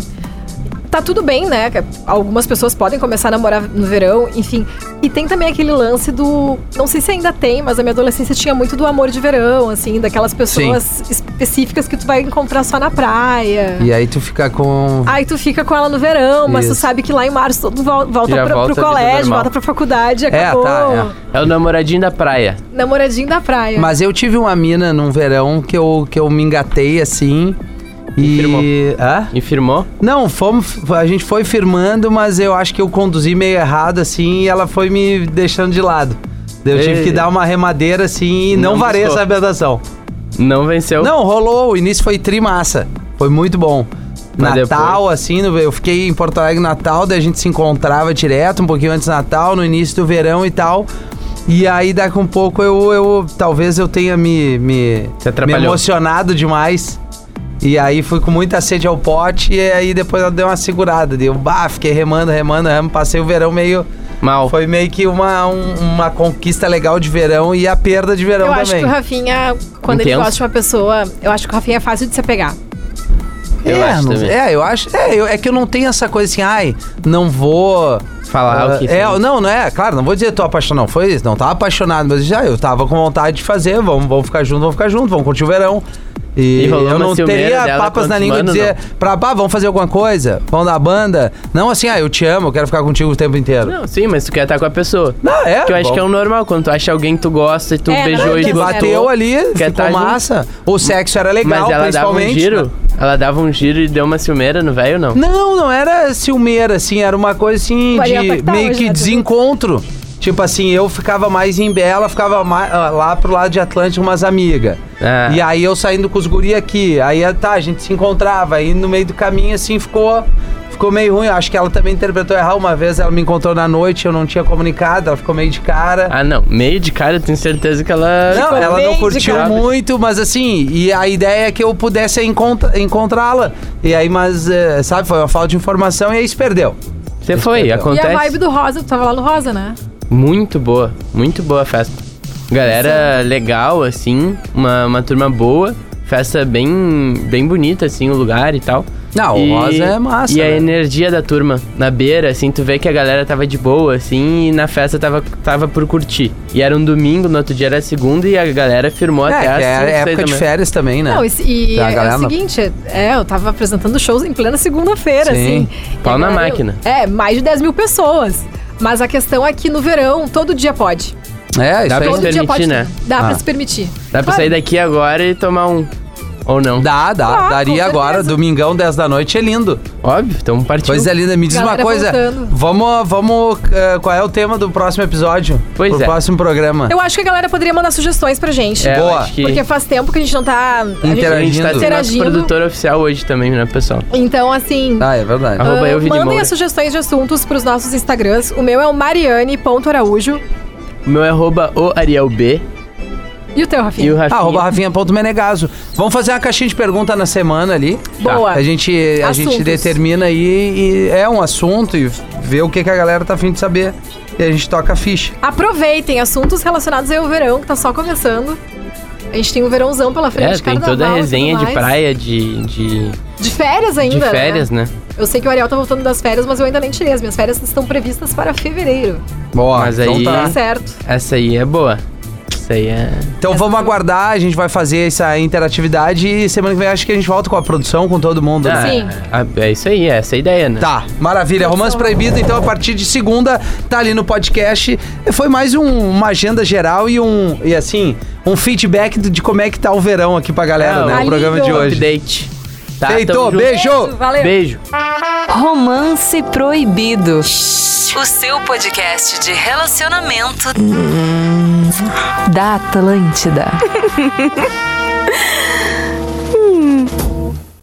Speaker 3: tá tudo bem, né? Que Algumas pessoas podem começar a namorar no verão, enfim. E tem também aquele lance do. Não sei se ainda tem, mas na minha adolescência tinha muito do amor de verão, assim, daquelas pessoas específicas que tu vai encontrar só na praia.
Speaker 1: E aí tu fica com.
Speaker 3: Aí tu fica com ela no verão, mas tu
Speaker 1: Isso.
Speaker 3: sabe que lá em março todo vol- volta,
Speaker 2: Já
Speaker 3: pra,
Speaker 2: volta
Speaker 3: pro
Speaker 2: à vida
Speaker 3: colégio,
Speaker 2: normal.
Speaker 3: volta pra faculdade,
Speaker 1: tá,
Speaker 3: acabou.
Speaker 1: é.
Speaker 2: É o namoradinho da praia.
Speaker 3: Namoradinho da praia.
Speaker 1: Mas eu tive uma mina num verão que eu, que eu me engatei assim.
Speaker 2: Firmou.
Speaker 1: E. Hã?
Speaker 2: E firmou?
Speaker 1: Não, fomos, a gente foi firmando, mas eu acho que eu conduzi meio errado, assim, e ela foi me deixando de lado. Eu tive
Speaker 2: Ei.
Speaker 1: que dar uma remadeira, assim, e não,
Speaker 2: Não
Speaker 1: varei
Speaker 2: gostou.
Speaker 1: essa abertação.
Speaker 2: Não venceu?
Speaker 1: Não, rolou, o início foi trimassa. Foi muito bom.
Speaker 2: Mas
Speaker 1: Natal, assim, no- eu fiquei em Porto Alegre no Natal, daí a gente se encontrava direto, um pouquinho antes do Natal, no início do verão e tal. E aí, daqui um pouco, eu, eu talvez eu tenha me, me,
Speaker 2: Se
Speaker 1: me
Speaker 2: atrapalhou.
Speaker 1: emocionado demais. E aí fui com muita sede ao pote e aí depois ela deu uma segurada. Deu, bah, fiquei remando, remando, remando. Passei o verão meio.
Speaker 2: Mal.
Speaker 1: Foi meio que uma, um- uma conquista legal de verão e a perda de verão
Speaker 3: eu acho
Speaker 1: também.
Speaker 3: que o Rafinha, quando ele
Speaker 2: Intenso.
Speaker 3: gosta de uma pessoa, eu acho que o Rafinha é fácil de se apegar.
Speaker 2: Eu
Speaker 1: é,
Speaker 2: acho
Speaker 1: não-
Speaker 2: também.
Speaker 1: é, eu acho. É, eu- é que eu não tenho essa coisa assim, ai, não vou.
Speaker 2: Falar
Speaker 1: ah,
Speaker 2: o que
Speaker 1: é,
Speaker 2: sente.
Speaker 1: não, não é, claro, não vou dizer tô apaixonado, não foi isso, não tava apaixonado, mas já eu tava com vontade de fazer, vamos, vamos ficar junto, vamos ficar junto, vamos curtir o verão. E,
Speaker 2: E rolou
Speaker 1: eu
Speaker 2: uma
Speaker 1: não
Speaker 2: ciumeira
Speaker 1: teria
Speaker 2: dela
Speaker 1: papas na
Speaker 2: quantos
Speaker 1: língua de
Speaker 2: manos,
Speaker 1: dizer pra pá, vamos fazer alguma coisa, vamos dar banda. Não assim, ah, eu te amo, eu quero ficar contigo o tempo inteiro. Não,
Speaker 2: Não, sim, mas tu quer estar com a pessoa.
Speaker 1: é.
Speaker 2: que eu acho
Speaker 1: bom.
Speaker 2: que é o normal, quando tu acha alguém que tu gosta e tu
Speaker 3: É,
Speaker 2: beijou
Speaker 3: não,
Speaker 2: e
Speaker 1: que
Speaker 3: que
Speaker 2: gostou.
Speaker 1: bateu ali,
Speaker 2: Quer
Speaker 1: ficou
Speaker 2: tá junto.
Speaker 1: massa. O sexo era legal,
Speaker 2: Mas ela dava um
Speaker 1: principalmente.
Speaker 2: giro? Ela dava um giro e deu uma ciumeira no velho, não?
Speaker 1: Não, não era ciumeira, assim, era uma coisa assim
Speaker 3: Maria
Speaker 1: de
Speaker 3: Pactal
Speaker 1: meio
Speaker 3: hoje,
Speaker 1: que
Speaker 3: né,
Speaker 1: desencontro. Tipo assim, eu ficava mais em Bela, ficava ma- ah, lá pro lado de Atlântico, umas amigas.
Speaker 2: Ah.
Speaker 1: E aí eu saindo com os guri aqui, aí ah, tá, a gente se encontrava, aí no meio do caminho assim ficou ficou meio ruim. Eu Acho que ela também interpretou errado uma vez, ela me encontrou na noite, eu não tinha comunicado, ela ficou meio de cara.
Speaker 2: Ah, não. Meio de cara, eu tenho certeza que ela.
Speaker 1: Não, ela
Speaker 3: bem
Speaker 1: não
Speaker 3: de
Speaker 1: curtiu
Speaker 2: cara.
Speaker 1: muito, mas assim, e a ideia é que eu pudesse encontra- encontrá-la. E aí, mas, eh, sabe, foi uma falta de informação e aí se perdeu.
Speaker 2: Você foi,
Speaker 1: Perdão.
Speaker 2: acontece.
Speaker 3: E a vibe do Rosa, tu tava lá no Rosa, né?
Speaker 2: Muito boa, muito boa a festa. Galera legal, assim, uma, uma turma boa, festa bem, bem bonita, assim, o lugar e tal.
Speaker 1: Não, o
Speaker 2: E-
Speaker 1: Rosa é massa,
Speaker 2: E a
Speaker 1: né?
Speaker 2: energia da turma na beira, assim, tu vê que a galera tava de boa, assim, e na festa tava, tava por curtir. E era um domingo, no outro dia era segunda, e a galera firmou até
Speaker 1: É,
Speaker 2: as
Speaker 1: que é
Speaker 2: cinco, seis
Speaker 1: época
Speaker 2: da
Speaker 1: de
Speaker 2: manhã.
Speaker 1: férias também, né?
Speaker 3: Não, e, e
Speaker 1: Tá,
Speaker 3: é, é
Speaker 1: galera
Speaker 3: o
Speaker 1: não-
Speaker 3: seguinte, é, eu tava apresentando shows em plena segunda-feira,
Speaker 1: Sim.
Speaker 3: assim.
Speaker 2: Pau
Speaker 3: E a
Speaker 2: na
Speaker 3: galera-
Speaker 2: máquina.
Speaker 3: É, mais de 10 mil pessoas. Mas a questão é que no verão, todo dia pode.
Speaker 1: É, isso
Speaker 2: Dá pra
Speaker 1: aí.
Speaker 3: Todo dia
Speaker 2: permitir,
Speaker 3: pode.
Speaker 2: né?
Speaker 3: Dá
Speaker 1: Ah.
Speaker 3: pra se permitir.
Speaker 2: Dá pra
Speaker 3: Claro.
Speaker 2: sair daqui agora e tomar um. Ou não.
Speaker 1: Dá, dá.
Speaker 3: Ah, com
Speaker 1: Daria
Speaker 3: certeza.
Speaker 1: agora, domingão, 10 da noite, é lindo.
Speaker 2: Óbvio, então partiu.
Speaker 1: Coisa linda. Me diz
Speaker 3: Galera
Speaker 1: uma coisa.
Speaker 3: voltando.
Speaker 1: Vamos, vamos. eh, qual é o tema do próximo episódio?
Speaker 2: Pois
Speaker 1: Pro
Speaker 2: é.
Speaker 1: próximo programa.
Speaker 3: Eu acho que a galera poderia mandar sugestões pra gente.
Speaker 2: É, eu
Speaker 1: Boa.
Speaker 2: acho que
Speaker 3: Porque faz tempo que a gente não tá... a gente-
Speaker 2: a gente tá sendo nosso
Speaker 3: Interagindo.
Speaker 2: produtor oficial hoje também, né, pessoal?
Speaker 3: Então, assim...
Speaker 1: Ah, é verdade.
Speaker 2: Ah, Arroba
Speaker 3: ah,
Speaker 2: eu, Vini
Speaker 3: mandem
Speaker 2: Moura.
Speaker 3: as sugestões de assuntos pros nossos Instagrams. O meu é o mariane.araújo.
Speaker 2: O meu é arroba o Ariel B
Speaker 3: E o teu,
Speaker 2: e
Speaker 3: Rafinha?
Speaker 2: o Rafinha.
Speaker 1: Ah, Arroba Rafinha.menegaso. Vamos fazer uma caixinha de pergunta na semana ali.
Speaker 2: tá,
Speaker 3: Boa.
Speaker 1: A gente, a gente
Speaker 3: Assuntos.
Speaker 1: determina aí e é um assunto e vê o que, que a galera tá afim de saber. E a gente toca a ficha.
Speaker 3: Aproveitem assuntos relacionados ao verão, que tá só começando. A gente tem um verãozão pela frente,
Speaker 2: É, tem
Speaker 3: carnaval
Speaker 2: toda a
Speaker 3: e tudo
Speaker 2: resenha de
Speaker 3: mais.
Speaker 2: praia, de, de,
Speaker 3: De férias
Speaker 2: de
Speaker 3: ainda,
Speaker 2: férias, né?
Speaker 3: né? Eu sei que o Ariel tá voltando das férias, mas eu ainda nem tirei. As minhas férias estão previstas para fevereiro.
Speaker 1: Boa,
Speaker 2: Mas
Speaker 1: então
Speaker 2: aí-
Speaker 1: tá.
Speaker 3: Tá certo.
Speaker 2: Essa aí é boa. Essa aí é...
Speaker 1: Então vamos aguardar, a gente vai fazer essa interatividade e semana que vem acho que a gente volta com a produção, com todo mundo, né?
Speaker 2: Ah,
Speaker 3: Sim.
Speaker 2: a- é isso aí, é essa a ideia, né?
Speaker 1: Tá, maravilha. Romance Proibido, então a partir de segunda tá ali no podcast. Foi mais um- uma agenda geral e um, e assim, um feedback do- de como é que tá o verão aqui pra galera,
Speaker 2: É,
Speaker 1: né? O
Speaker 3: tá
Speaker 1: programa de
Speaker 3: lindo.
Speaker 1: hoje.
Speaker 2: Update. Tá,
Speaker 1: Feito,
Speaker 2: tamo junto.
Speaker 1: beijo!
Speaker 3: Valeu.
Speaker 2: Beijo.
Speaker 4: Romance Proibido. O seu podcast de relacionamento da Atlântida.